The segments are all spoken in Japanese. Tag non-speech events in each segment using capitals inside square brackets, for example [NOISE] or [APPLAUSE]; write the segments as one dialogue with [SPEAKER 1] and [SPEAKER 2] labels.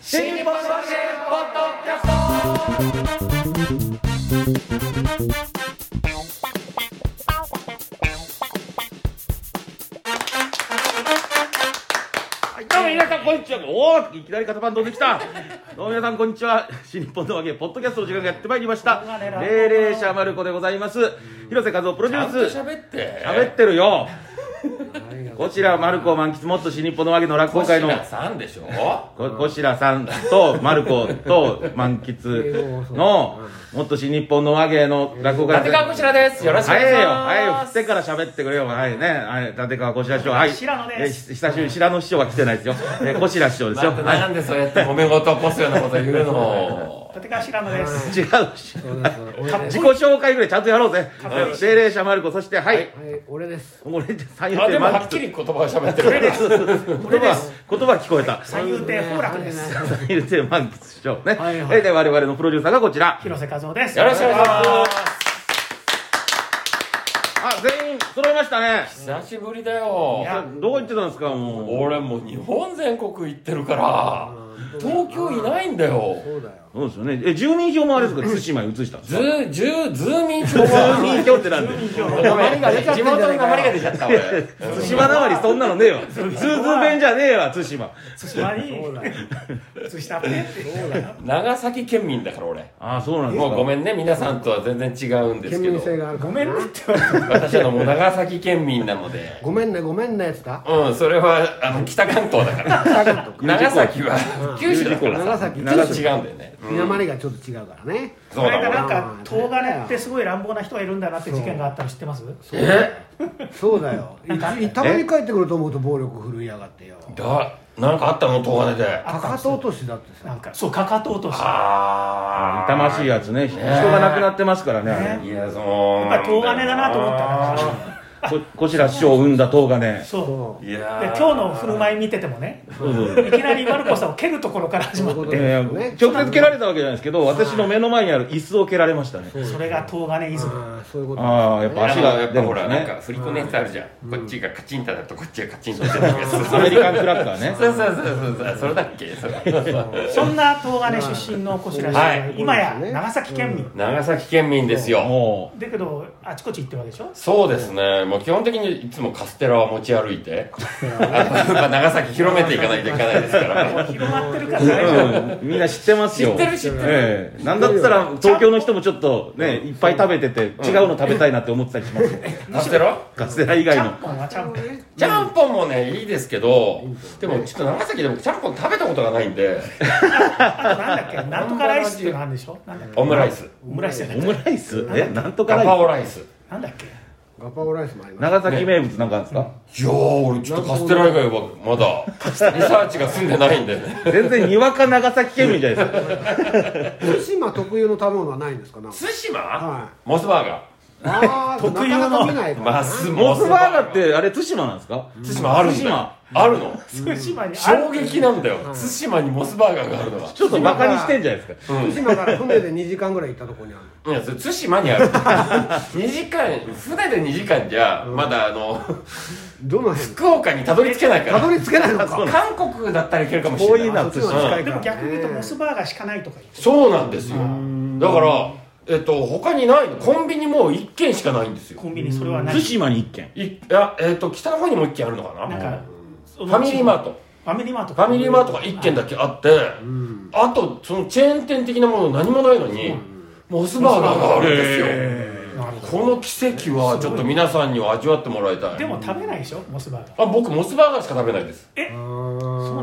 [SPEAKER 1] 新日本のシェフポッドキャストはいどうも皆さんこんにちはおおいきなり肩パン飛んできたどうも皆さんこんにちは新日本のわけポッドキャストの時間がやってまいりました霊霊者マルコでございます広瀬和夫プロデュース
[SPEAKER 2] 喋って
[SPEAKER 1] 喋ってるよこちらマルコ満喫もっと新日本のわけの落語会の
[SPEAKER 2] さんで [LAUGHS] しょ
[SPEAKER 1] ここしらさんとマルコと満喫のもっと新日本の和芸の落語家
[SPEAKER 2] 立川こちらですよろしくお願い
[SPEAKER 1] 早
[SPEAKER 2] し
[SPEAKER 1] えよ
[SPEAKER 2] ます
[SPEAKER 1] 早えよ振ってから喋ってくれよはいねはい立川こしら師匠はい
[SPEAKER 3] 白野です
[SPEAKER 1] えひ久しぶり白野師匠は来てないですよえこしら師匠ですよ
[SPEAKER 2] またなんでそうやって揉め事起こすようなこと言うの [LAUGHS]
[SPEAKER 3] 立川志らのです。
[SPEAKER 1] 違うし自己紹介ぐらいちゃんとやろうぜうん精霊者マルコそしてはい
[SPEAKER 4] はい、俺です。
[SPEAKER 1] 俺三遊
[SPEAKER 2] あで
[SPEAKER 1] 亭
[SPEAKER 2] も
[SPEAKER 1] 満
[SPEAKER 2] はっき
[SPEAKER 1] 喫
[SPEAKER 2] り言葉を喋ってくれる
[SPEAKER 1] 言葉言葉聞こえた
[SPEAKER 3] 三遊亭宝楽です。
[SPEAKER 1] 三遊亭満喫師匠ね
[SPEAKER 4] はいはい
[SPEAKER 1] えで我々のプロデューサーがこちら
[SPEAKER 3] 広瀬和夫です。
[SPEAKER 2] よろしくお願いし
[SPEAKER 1] あ全員揃いましたね
[SPEAKER 2] ます久しぶりだよ
[SPEAKER 3] や
[SPEAKER 1] どこ行ってたんですかもう
[SPEAKER 2] 俺もう日本全国行ってるから東京いないんだよ
[SPEAKER 4] そうだよ。
[SPEAKER 1] そうですよね。え、住民票もあれですか対馬に移したんです
[SPEAKER 2] ズ
[SPEAKER 1] か
[SPEAKER 2] ーズーズーミンチョコ
[SPEAKER 1] 住
[SPEAKER 2] [LAUGHS]
[SPEAKER 1] 民票ってなんで
[SPEAKER 2] 地元に鉛が出ちゃった俺
[SPEAKER 1] 対馬なまりそんなのねえわ。ズーズー弁じゃねえわ、対馬。
[SPEAKER 3] つまり、つしたってねって。
[SPEAKER 2] 長崎県民だから俺
[SPEAKER 1] ああ、そうなんですか。
[SPEAKER 2] もうごめんね皆さんとは全然違うんです
[SPEAKER 4] 県
[SPEAKER 2] けど
[SPEAKER 4] 民性があるから。
[SPEAKER 3] ごめんなって言われて。
[SPEAKER 2] 私はもう長崎県民なので
[SPEAKER 4] ごめんね、ごめんね、つか。
[SPEAKER 2] うんそれはあの北関東だ
[SPEAKER 3] [LAUGHS]
[SPEAKER 2] から長崎は九州だから
[SPEAKER 4] 長崎、
[SPEAKER 2] ちょっと違うんだよね、うん
[SPEAKER 4] 鉛がちょっと違うからね。
[SPEAKER 2] そ
[SPEAKER 3] こ
[SPEAKER 2] う
[SPEAKER 3] の
[SPEAKER 2] だ
[SPEAKER 3] 間
[SPEAKER 2] 俺
[SPEAKER 3] なんか、東金ってすごい乱暴な人がいるんだなって事件があったの知ってます
[SPEAKER 2] え
[SPEAKER 4] そうだよ。いたまに帰ってくると思うと暴力振るいやがってよ。
[SPEAKER 2] だなんかあったの東金で
[SPEAKER 4] かかと落としだって
[SPEAKER 3] なん
[SPEAKER 4] さ。
[SPEAKER 3] か、そう、かかと落とし。や
[SPEAKER 2] ああ
[SPEAKER 1] 痛ましいやつね。人が亡くなってますからねあれ。
[SPEAKER 2] いやその
[SPEAKER 3] っぱり東金だなと思ったね
[SPEAKER 1] ここちら師匠を生んだ東金。
[SPEAKER 3] そ。
[SPEAKER 2] いうやー
[SPEAKER 3] で、今日の振る舞い見ててもね、いきなりマルコさんを蹴るところから始まっ
[SPEAKER 4] そう
[SPEAKER 3] て、
[SPEAKER 1] え
[SPEAKER 4] ね
[SPEAKER 1] ー直接蹴られたわけじゃないですけど、私の目の前にある椅子を蹴られましたね。
[SPEAKER 3] それが東金イズム。
[SPEAKER 4] ああ、そういうこと。
[SPEAKER 1] ああ、やっぱ
[SPEAKER 2] あ
[SPEAKER 1] 足
[SPEAKER 2] のや
[SPEAKER 1] が
[SPEAKER 2] っ
[SPEAKER 1] 出
[SPEAKER 2] ぱ
[SPEAKER 1] るん
[SPEAKER 2] ほ
[SPEAKER 1] です
[SPEAKER 2] らなん
[SPEAKER 1] ね。
[SPEAKER 2] か振り子のやつあるじゃん、こっちがカチン叩くとこっちがカチンと叩く
[SPEAKER 3] [LAUGHS]
[SPEAKER 2] やつ
[SPEAKER 1] アメリカンクラッカーね。
[SPEAKER 2] そうそうそうそうそうそれだっけそれ
[SPEAKER 3] そんな東金出身のこしら
[SPEAKER 2] は
[SPEAKER 3] し、
[SPEAKER 2] い
[SPEAKER 3] 今や長崎県民。
[SPEAKER 2] 長崎県民ですよ
[SPEAKER 1] も
[SPEAKER 3] だけど、あちこち行ってるわけでしょ
[SPEAKER 2] そうですねもう基本的にいつもカステラを持ち歩いてあのまあ長崎広めていかないといけないですから
[SPEAKER 3] 広まってるから
[SPEAKER 1] う、
[SPEAKER 3] 大丈夫。
[SPEAKER 1] うん、みんな知ってます
[SPEAKER 2] 知
[SPEAKER 1] よ。
[SPEAKER 2] ってる知ってる
[SPEAKER 1] ええなんだったら東京の人もちょっとねいっぱい食べてて違うの食べたいなって思ってたりしますよ
[SPEAKER 2] カステラ
[SPEAKER 1] カステラ以外
[SPEAKER 3] ちゃ
[SPEAKER 1] の
[SPEAKER 3] んぽんはちゃんぽん。
[SPEAKER 2] ちゃんぽんもねいいですけどでもちょっと長崎でもちゃんぽん食べたことがないんで
[SPEAKER 3] あとなん
[SPEAKER 2] [LAUGHS]
[SPEAKER 3] だっけ、なんとかライスっていうのあるんでしょなんだっけ
[SPEAKER 2] オムライス
[SPEAKER 3] オムライスじゃな
[SPEAKER 1] オ
[SPEAKER 3] い
[SPEAKER 1] ムライスえなんとか
[SPEAKER 2] ガパ
[SPEAKER 1] ライ
[SPEAKER 2] オライス
[SPEAKER 3] ス。なんだっけ
[SPEAKER 4] ガパオライスもあります。
[SPEAKER 1] 長崎名物なんかあるんですか、
[SPEAKER 2] いやー俺ちょっとカステラ以外はまだリサーチが済んでないんでね
[SPEAKER 1] 全然にわか長崎県民じゃないですか
[SPEAKER 4] 対馬特有の食べ物はないんですかな。
[SPEAKER 2] 対
[SPEAKER 4] は
[SPEAKER 2] 馬モスバーガ
[SPEAKER 4] ああ、
[SPEAKER 3] 特有の
[SPEAKER 4] なかなか見ない
[SPEAKER 2] ー
[SPEAKER 4] からな。
[SPEAKER 2] マス
[SPEAKER 1] モスバーガーっ
[SPEAKER 2] モ
[SPEAKER 1] てあれ対馬なんですか
[SPEAKER 2] スバーガー対馬あるんだ
[SPEAKER 1] 対
[SPEAKER 2] よ
[SPEAKER 1] 馬
[SPEAKER 2] あるの
[SPEAKER 3] 対馬にある
[SPEAKER 2] 衝撃なんだよ対馬にモスバーガーがあるのは
[SPEAKER 1] ちょっとバカにしてんじゃないですか
[SPEAKER 4] 対馬から船で2時間ぐらい行ったとこにある。
[SPEAKER 2] いやそれ対馬にある [LAUGHS] 2時間船で2時間じゃまだあの
[SPEAKER 4] どの辺
[SPEAKER 2] 福岡にたどり着けないか
[SPEAKER 4] たど
[SPEAKER 2] ら
[SPEAKER 4] り着けないのか。
[SPEAKER 1] そうなん
[SPEAKER 2] 韓国だったらいけるかもし
[SPEAKER 1] 遠
[SPEAKER 2] れ
[SPEAKER 1] い
[SPEAKER 2] な
[SPEAKER 1] な
[SPEAKER 2] い
[SPEAKER 1] 対
[SPEAKER 4] そっちの方
[SPEAKER 1] 馬
[SPEAKER 4] が近い
[SPEAKER 3] で
[SPEAKER 4] から
[SPEAKER 3] も
[SPEAKER 4] ね
[SPEAKER 3] 逆に言うとモスバーガーしかないとか言って
[SPEAKER 2] そうなんですよだからえっと他にないのコンビニもう1軒しかないんですよ
[SPEAKER 3] コンビニそれはない
[SPEAKER 1] 対馬に一軒
[SPEAKER 2] いいやえっと北の方にも1軒あるのか
[SPEAKER 3] な
[SPEAKER 2] なん
[SPEAKER 3] かそ
[SPEAKER 2] フ
[SPEAKER 3] の
[SPEAKER 2] ァミリーマート
[SPEAKER 3] ファミリーマート
[SPEAKER 2] ファミリーマートが1軒だけあってあとそのチェーン店的なもの何もないのにモスバーガーがあるんですよ
[SPEAKER 3] なるほ
[SPEAKER 2] この奇跡はちょっと皆さんには味わってもらいた
[SPEAKER 3] ど
[SPEAKER 2] い
[SPEAKER 3] でも食べないでしょモスバーガー
[SPEAKER 2] あ僕モスバーガーしか食べないです
[SPEAKER 3] そうな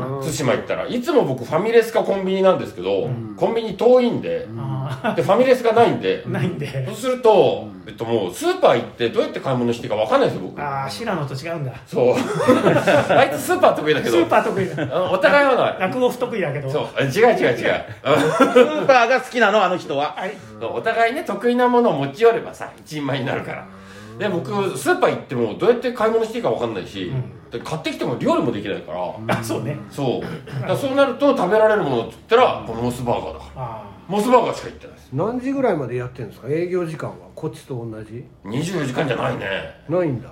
[SPEAKER 3] の
[SPEAKER 2] 対馬行ったらいつも僕ファミレスかコンビニなんですけど、コンビニ遠いんで,、
[SPEAKER 3] あ
[SPEAKER 2] でファミレスがないんで、
[SPEAKER 3] ーないんで
[SPEAKER 2] そうすると、えっと、もうスーパー行ってどうやって買い物していいか分かんないですよ僕
[SPEAKER 3] ああ白野と違うんだ
[SPEAKER 2] そう [LAUGHS] あいつスーパー得意だけ
[SPEAKER 3] ス
[SPEAKER 2] ど
[SPEAKER 3] ーパー得
[SPEAKER 2] [LAUGHS]
[SPEAKER 3] 意だ
[SPEAKER 2] あのお互いはない
[SPEAKER 3] 落語不得意だけど
[SPEAKER 2] そうあ違う違う違うあ
[SPEAKER 1] スーパーが好きなのあの人は
[SPEAKER 3] はい
[SPEAKER 2] のお互いね得意なものを持ち寄ればさ一人前になるからで僕スーパー行ってもどうやって買い物していいか分かんないし、で買ってきても料理もできないから、
[SPEAKER 3] あそうね
[SPEAKER 2] そうだからそうなると食べられるものって言ったらこのモスバーガーだから
[SPEAKER 3] あ
[SPEAKER 2] モスバーガーしか行ってないです
[SPEAKER 4] 何時ぐらいまでやってるんですか営業時間はこっちと同じ
[SPEAKER 2] 24時間じゃないね
[SPEAKER 4] ないんだ、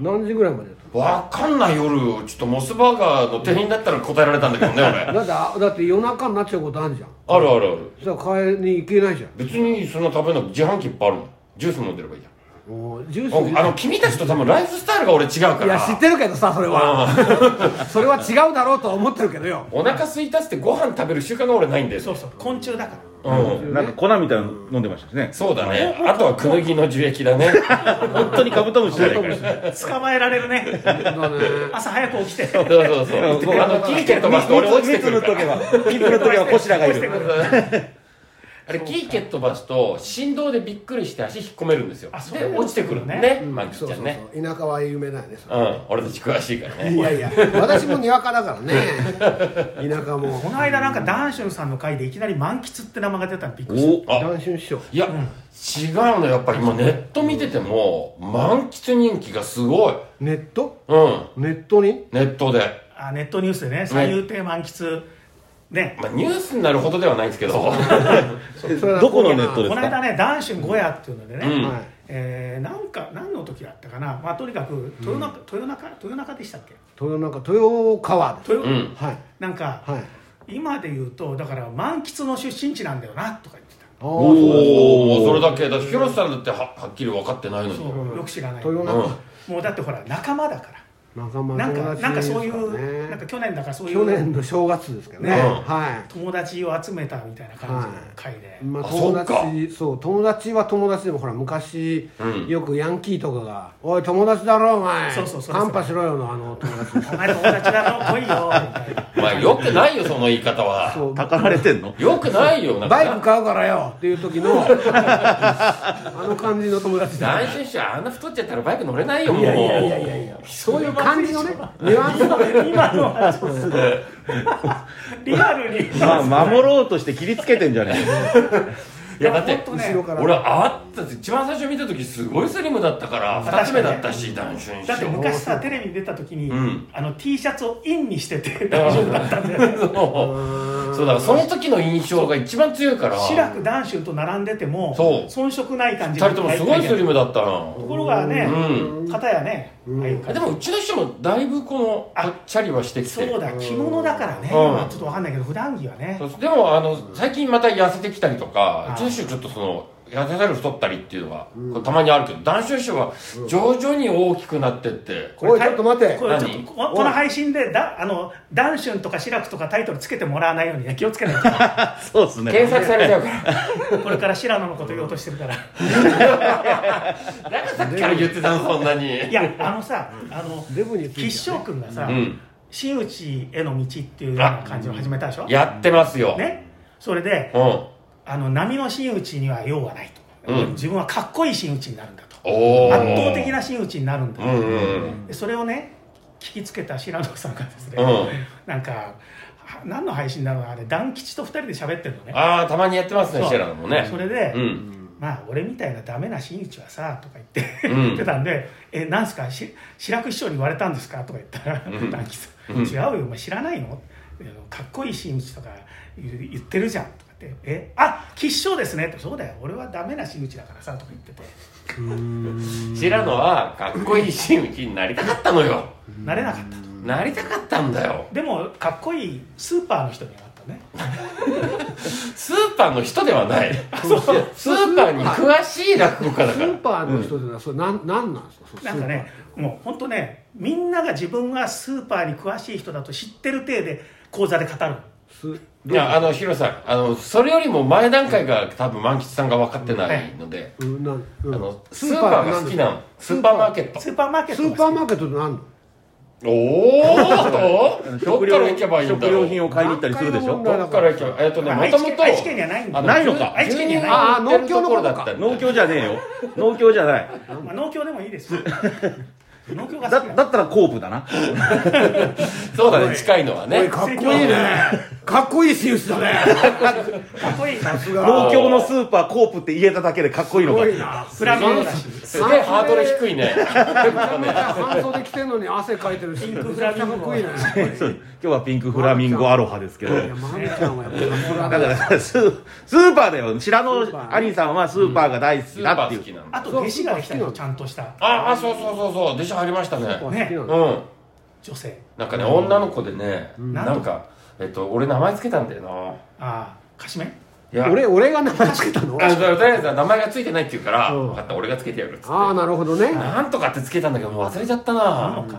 [SPEAKER 4] 何時ぐらいまでやってる
[SPEAKER 2] わかんない夜ちょっとモスバーガーの店員だったら答えられたんだけどね俺
[SPEAKER 4] だってあだって夜中になっちゃうことあるじゃん
[SPEAKER 2] あるあるある
[SPEAKER 4] そしたら買いに行けないじゃん
[SPEAKER 2] 別にそんな食べなく自販機いっぱいあるもんジュース飲んでればいいじゃん
[SPEAKER 4] もうジュース
[SPEAKER 2] あの君たちと多分ライフスタイルが俺違うから
[SPEAKER 4] いや知ってるけどさそれはそれは違うだろうとは思ってるけどよ
[SPEAKER 2] お腹空いたっつってご飯食べる習慣が俺ないんだよ
[SPEAKER 3] そうそう昆虫だから
[SPEAKER 2] うん、
[SPEAKER 1] なんか粉みたいなの飲んでましたしね
[SPEAKER 2] そうだねあとはクヌギの樹液
[SPEAKER 4] [LAUGHS]
[SPEAKER 2] だね
[SPEAKER 1] 本当にカブトムシじゃないから
[SPEAKER 3] 捕まえられ
[SPEAKER 2] [LAUGHS]
[SPEAKER 3] るね
[SPEAKER 4] だね
[SPEAKER 3] 朝早く起きて
[SPEAKER 2] そうそうそう
[SPEAKER 1] [LAUGHS]
[SPEAKER 2] あのキリケ飛ばすと俺落ちてくるから
[SPEAKER 1] ば蜜塗っとけばコシラがいる
[SPEAKER 2] あれキーケット飛ばすと振動でびっくりして足引っ込めるんですよ
[SPEAKER 3] あそう
[SPEAKER 2] で落ちてくるんだよねマンキーちゃんね
[SPEAKER 4] そうそうそう田舎は有名だよねそれ
[SPEAKER 2] うん俺たち詳しいからね
[SPEAKER 4] いやいや私もにわかだか
[SPEAKER 2] [LAUGHS]
[SPEAKER 4] らね田舎も
[SPEAKER 3] この間なんかダンシュンさんの回でいきなり満喫って名前が出たのびっくりし
[SPEAKER 1] お
[SPEAKER 2] あ
[SPEAKER 4] 男春師匠
[SPEAKER 2] いや、違うのやっぱり今ネット見てても満喫人気がすごい
[SPEAKER 4] ネット
[SPEAKER 2] うん
[SPEAKER 4] ネットに
[SPEAKER 2] ネットで、
[SPEAKER 3] たあネットニュースでね三遊亭満喫ね
[SPEAKER 2] まあ、ニュースになるほどではないんですけど
[SPEAKER 1] どこのネット
[SPEAKER 3] こ
[SPEAKER 1] です
[SPEAKER 3] の間
[SPEAKER 1] か
[SPEAKER 3] ねダンシュンゴヤっていうのでね、
[SPEAKER 2] うん
[SPEAKER 4] はい
[SPEAKER 3] えーなんか何の時だったかな、まあ、とにかく豊中,、豊中豊中でしたっけ
[SPEAKER 4] 豊中豊川です
[SPEAKER 3] 豊、
[SPEAKER 2] うん
[SPEAKER 4] はい
[SPEAKER 3] なんか、
[SPEAKER 4] はい
[SPEAKER 3] 今で言うとだから満喫の出身地なんだよなとか言ってた
[SPEAKER 4] あ
[SPEAKER 2] お
[SPEAKER 4] あ
[SPEAKER 2] お
[SPEAKER 1] お
[SPEAKER 2] そ
[SPEAKER 1] ー
[SPEAKER 2] れだけだし広瀬さんだってははっきり分かってないのに
[SPEAKER 3] そう、よく知らない
[SPEAKER 4] 豊
[SPEAKER 2] うん
[SPEAKER 4] 中
[SPEAKER 3] もうだってほら仲間だから
[SPEAKER 4] 仲間
[SPEAKER 3] なん
[SPEAKER 4] 友
[SPEAKER 3] か
[SPEAKER 4] 達
[SPEAKER 3] なんかそうい
[SPEAKER 4] ですら
[SPEAKER 3] う
[SPEAKER 4] ね
[SPEAKER 3] なんか去年だからそうい
[SPEAKER 4] 去年
[SPEAKER 3] う
[SPEAKER 4] の正月ですけどね、
[SPEAKER 3] ね
[SPEAKER 4] は
[SPEAKER 3] 友達を集めたみたいな感じの回で、
[SPEAKER 4] い、まあ、
[SPEAKER 2] あ
[SPEAKER 4] 友達
[SPEAKER 2] そっ
[SPEAKER 4] そう友達は友達でもほら昔、
[SPEAKER 2] うん
[SPEAKER 4] よくヤンキーとかが「おい友達だろお前
[SPEAKER 3] そうそうそう
[SPEAKER 4] カンパしろよ」のあの友達
[SPEAKER 3] お前友達だろ来いよみたいな
[SPEAKER 2] お前よくないよその言い方は
[SPEAKER 4] そう
[SPEAKER 1] たかられてんの
[SPEAKER 2] よくないよなんか
[SPEAKER 4] バイク買うからよっていう
[SPEAKER 3] [LAUGHS]
[SPEAKER 4] 時のあの感じの友達だ
[SPEAKER 2] 男子選手あんな太っちゃったらバイク乗れないよもう
[SPEAKER 4] いやいやいやいやいや
[SPEAKER 2] そういう
[SPEAKER 4] 感じのねニュアンスの
[SPEAKER 3] 今のはちょっとリアルに
[SPEAKER 1] まあ守ろうとして切りつけてんじゃね
[SPEAKER 2] [LAUGHS] いやだっ
[SPEAKER 3] 本
[SPEAKER 2] て
[SPEAKER 3] 当
[SPEAKER 4] 後ろから
[SPEAKER 2] 俺あった一番最初見た時すごいスリムだったから
[SPEAKER 3] 確か
[SPEAKER 2] 2
[SPEAKER 3] に
[SPEAKER 2] つ目だったし男子選手
[SPEAKER 3] だって昔さテレビに出た時に、
[SPEAKER 2] うん
[SPEAKER 3] あの T シャツをインにしてて大丈夫だったんだよね
[SPEAKER 2] そうそうだからその時の印象が一番強いから
[SPEAKER 3] 志らく男子と並んでても
[SPEAKER 2] そう
[SPEAKER 3] 遜色ない感
[SPEAKER 2] 2
[SPEAKER 3] じ
[SPEAKER 2] 人ともすごいスリ
[SPEAKER 3] と
[SPEAKER 2] ムだったな
[SPEAKER 3] ころがね、
[SPEAKER 2] う
[SPEAKER 3] 片やね、ああいう
[SPEAKER 2] あ
[SPEAKER 3] 感
[SPEAKER 2] で
[SPEAKER 3] じ
[SPEAKER 2] もうちの人もだいぶこの
[SPEAKER 3] あ
[SPEAKER 2] あチャリはしてきて
[SPEAKER 3] そうだ着物だからね、
[SPEAKER 2] うん
[SPEAKER 3] まあちょっとわかんないけど普段着はね
[SPEAKER 2] そうでもあの最近また痩せてきたりとか
[SPEAKER 3] あ
[SPEAKER 2] 女子ちょっとその痩せたり太ったりっていうのは、これたまにあるけど男子師は徐々に大きくなってって、
[SPEAKER 4] おいちょっと待て
[SPEAKER 3] これちょっと
[SPEAKER 2] 何
[SPEAKER 3] ここの配信でだあのダンシュンとか志らくとかタイトルつけてもらわないよう
[SPEAKER 2] [LAUGHS]
[SPEAKER 3] にね気をつけないと
[SPEAKER 1] そうっすね
[SPEAKER 2] 検索されちゃうから
[SPEAKER 3] これから志ら野のこと言おうとしてるから
[SPEAKER 2] [LAUGHS] なんかさっきから言ってたのそんな [LAUGHS] に
[SPEAKER 3] いやあのさあの
[SPEAKER 4] デブについて
[SPEAKER 3] 吉祥君がさ、
[SPEAKER 2] うん
[SPEAKER 3] 真打ちへの道っていうような感じを始めたでしょ
[SPEAKER 2] やってますよ、
[SPEAKER 3] ねそれで
[SPEAKER 2] うん
[SPEAKER 3] あの波の真打ちには用はないと、
[SPEAKER 2] うん
[SPEAKER 3] 自分はかっこいい真打ちになるんだと
[SPEAKER 2] おお
[SPEAKER 3] 圧倒的な真打ちになるんだ
[SPEAKER 2] う
[SPEAKER 3] と、
[SPEAKER 2] んうん
[SPEAKER 3] でそれをね聞きつけた白野さんがですね、
[SPEAKER 2] うん
[SPEAKER 3] なんかは何の配信だろうなあれ団吉と2人で喋ってるのね
[SPEAKER 2] ああたまにやってますね
[SPEAKER 3] そう
[SPEAKER 2] シェラのもね
[SPEAKER 3] それで、
[SPEAKER 2] うん
[SPEAKER 3] まあ俺みたいなダメな真打ちはさとか言って
[SPEAKER 2] うん
[SPEAKER 3] 言ってたんで「えなんすかし白く師匠に言われたんですか?」とか言ったら
[SPEAKER 2] うん
[SPEAKER 3] 団吉さん
[SPEAKER 2] うん
[SPEAKER 3] 違うよお前知らないのあのかっこいい真打ちとか言言ってるじゃん」とかって「えあ吉祥ですね」って「そうだよ俺はダメな真打ちだからさ」とか言ってて
[SPEAKER 2] シェラのはかっこいい真打ちになりたかったのよ
[SPEAKER 3] なれなかったと
[SPEAKER 2] なりたかったんだよ
[SPEAKER 3] でもかっこいいスーパーの人にはなったね
[SPEAKER 2] スーパーの人ではないスーパーに詳しい落語家だ
[SPEAKER 4] ス
[SPEAKER 2] から
[SPEAKER 4] ーパーの人ってのはそれなんなんなんですかそう
[SPEAKER 3] なんかね
[SPEAKER 4] ス
[SPEAKER 3] もう本当ねみんなが自分がスーパーに詳しい人だと知ってる体で講座で語る
[SPEAKER 4] ーパーす
[SPEAKER 2] いやあのヒロさんあのそれよりも前段階が多分満吉さんが分かってないので、
[SPEAKER 4] うんなんうん
[SPEAKER 2] あのスーパーが好きなのスーパーマーケット
[SPEAKER 3] スーパーマーケッ
[SPEAKER 4] ス
[SPEAKER 3] トが
[SPEAKER 4] ー
[SPEAKER 3] 好き
[SPEAKER 4] パーマーケットって何の
[SPEAKER 2] おおど
[SPEAKER 1] 食
[SPEAKER 2] っから
[SPEAKER 1] 料
[SPEAKER 2] 行けばいいんだ
[SPEAKER 1] 食
[SPEAKER 2] ろ
[SPEAKER 1] 料
[SPEAKER 2] う
[SPEAKER 1] 品を買いに行ったりするでしょ
[SPEAKER 2] どっから行けばえっとね
[SPEAKER 3] まあ
[SPEAKER 2] もともと
[SPEAKER 3] 愛知県愛知県にはないんだ
[SPEAKER 2] あ
[SPEAKER 1] ないのか
[SPEAKER 3] 愛知県にはない
[SPEAKER 2] ああ農協の頃だった
[SPEAKER 1] 農協じゃねえよ農協じゃない
[SPEAKER 3] まあ、農協でもいいです
[SPEAKER 4] [LAUGHS]
[SPEAKER 3] よ農協が
[SPEAKER 1] だ
[SPEAKER 3] 好き
[SPEAKER 1] だ
[SPEAKER 3] だ
[SPEAKER 1] ったらコープだな
[SPEAKER 2] そうだね近いのは
[SPEAKER 4] おい
[SPEAKER 2] ね
[SPEAKER 4] かっこいいねかっこいい真打ちだね
[SPEAKER 3] かっこいいさす
[SPEAKER 1] 農協のスーパーコープって言えただけでかっこいいの
[SPEAKER 4] す
[SPEAKER 1] か
[SPEAKER 4] ごいな
[SPEAKER 3] フラミンゴだし
[SPEAKER 2] そすげえハードル低いね
[SPEAKER 4] めちゃめちゃ半袖着てんのに汗かいてるし
[SPEAKER 3] ピンクフラミンゴ
[SPEAKER 4] めちゃくちゃかっこいいな
[SPEAKER 1] そう今日はピンクフラミンゴアロハですけど
[SPEAKER 4] いやマミちゃんはやっぱり
[SPEAKER 1] だからスースーパーだよ白
[SPEAKER 4] スーパ
[SPEAKER 1] 野
[SPEAKER 4] ー
[SPEAKER 1] アリンさんはスーパーが大好
[SPEAKER 2] ス
[SPEAKER 1] き
[SPEAKER 2] ーパ
[SPEAKER 1] だっ
[SPEAKER 2] ー
[SPEAKER 1] てい
[SPEAKER 2] 好
[SPEAKER 1] う
[SPEAKER 2] きなんだ
[SPEAKER 3] あと弟子が来たよちゃんとした
[SPEAKER 2] ああそうそうそうそう弟子入りましたね
[SPEAKER 4] 好きな
[SPEAKER 2] う
[SPEAKER 4] の
[SPEAKER 2] ん
[SPEAKER 3] 女性
[SPEAKER 2] なんかね女の子でね
[SPEAKER 3] ん
[SPEAKER 2] なんかえっと俺名前つけたんだよな
[SPEAKER 3] ああかしめ
[SPEAKER 2] いや
[SPEAKER 4] 俺俺が名前つけたの
[SPEAKER 2] あとりあえず名前がついてないって言うから
[SPEAKER 4] うん
[SPEAKER 2] 分かった俺がつけてやるっつって
[SPEAKER 4] ああなるほどね
[SPEAKER 2] なんとかってつけたんだけどもう忘れちゃった
[SPEAKER 3] なの
[SPEAKER 2] な
[SPEAKER 3] か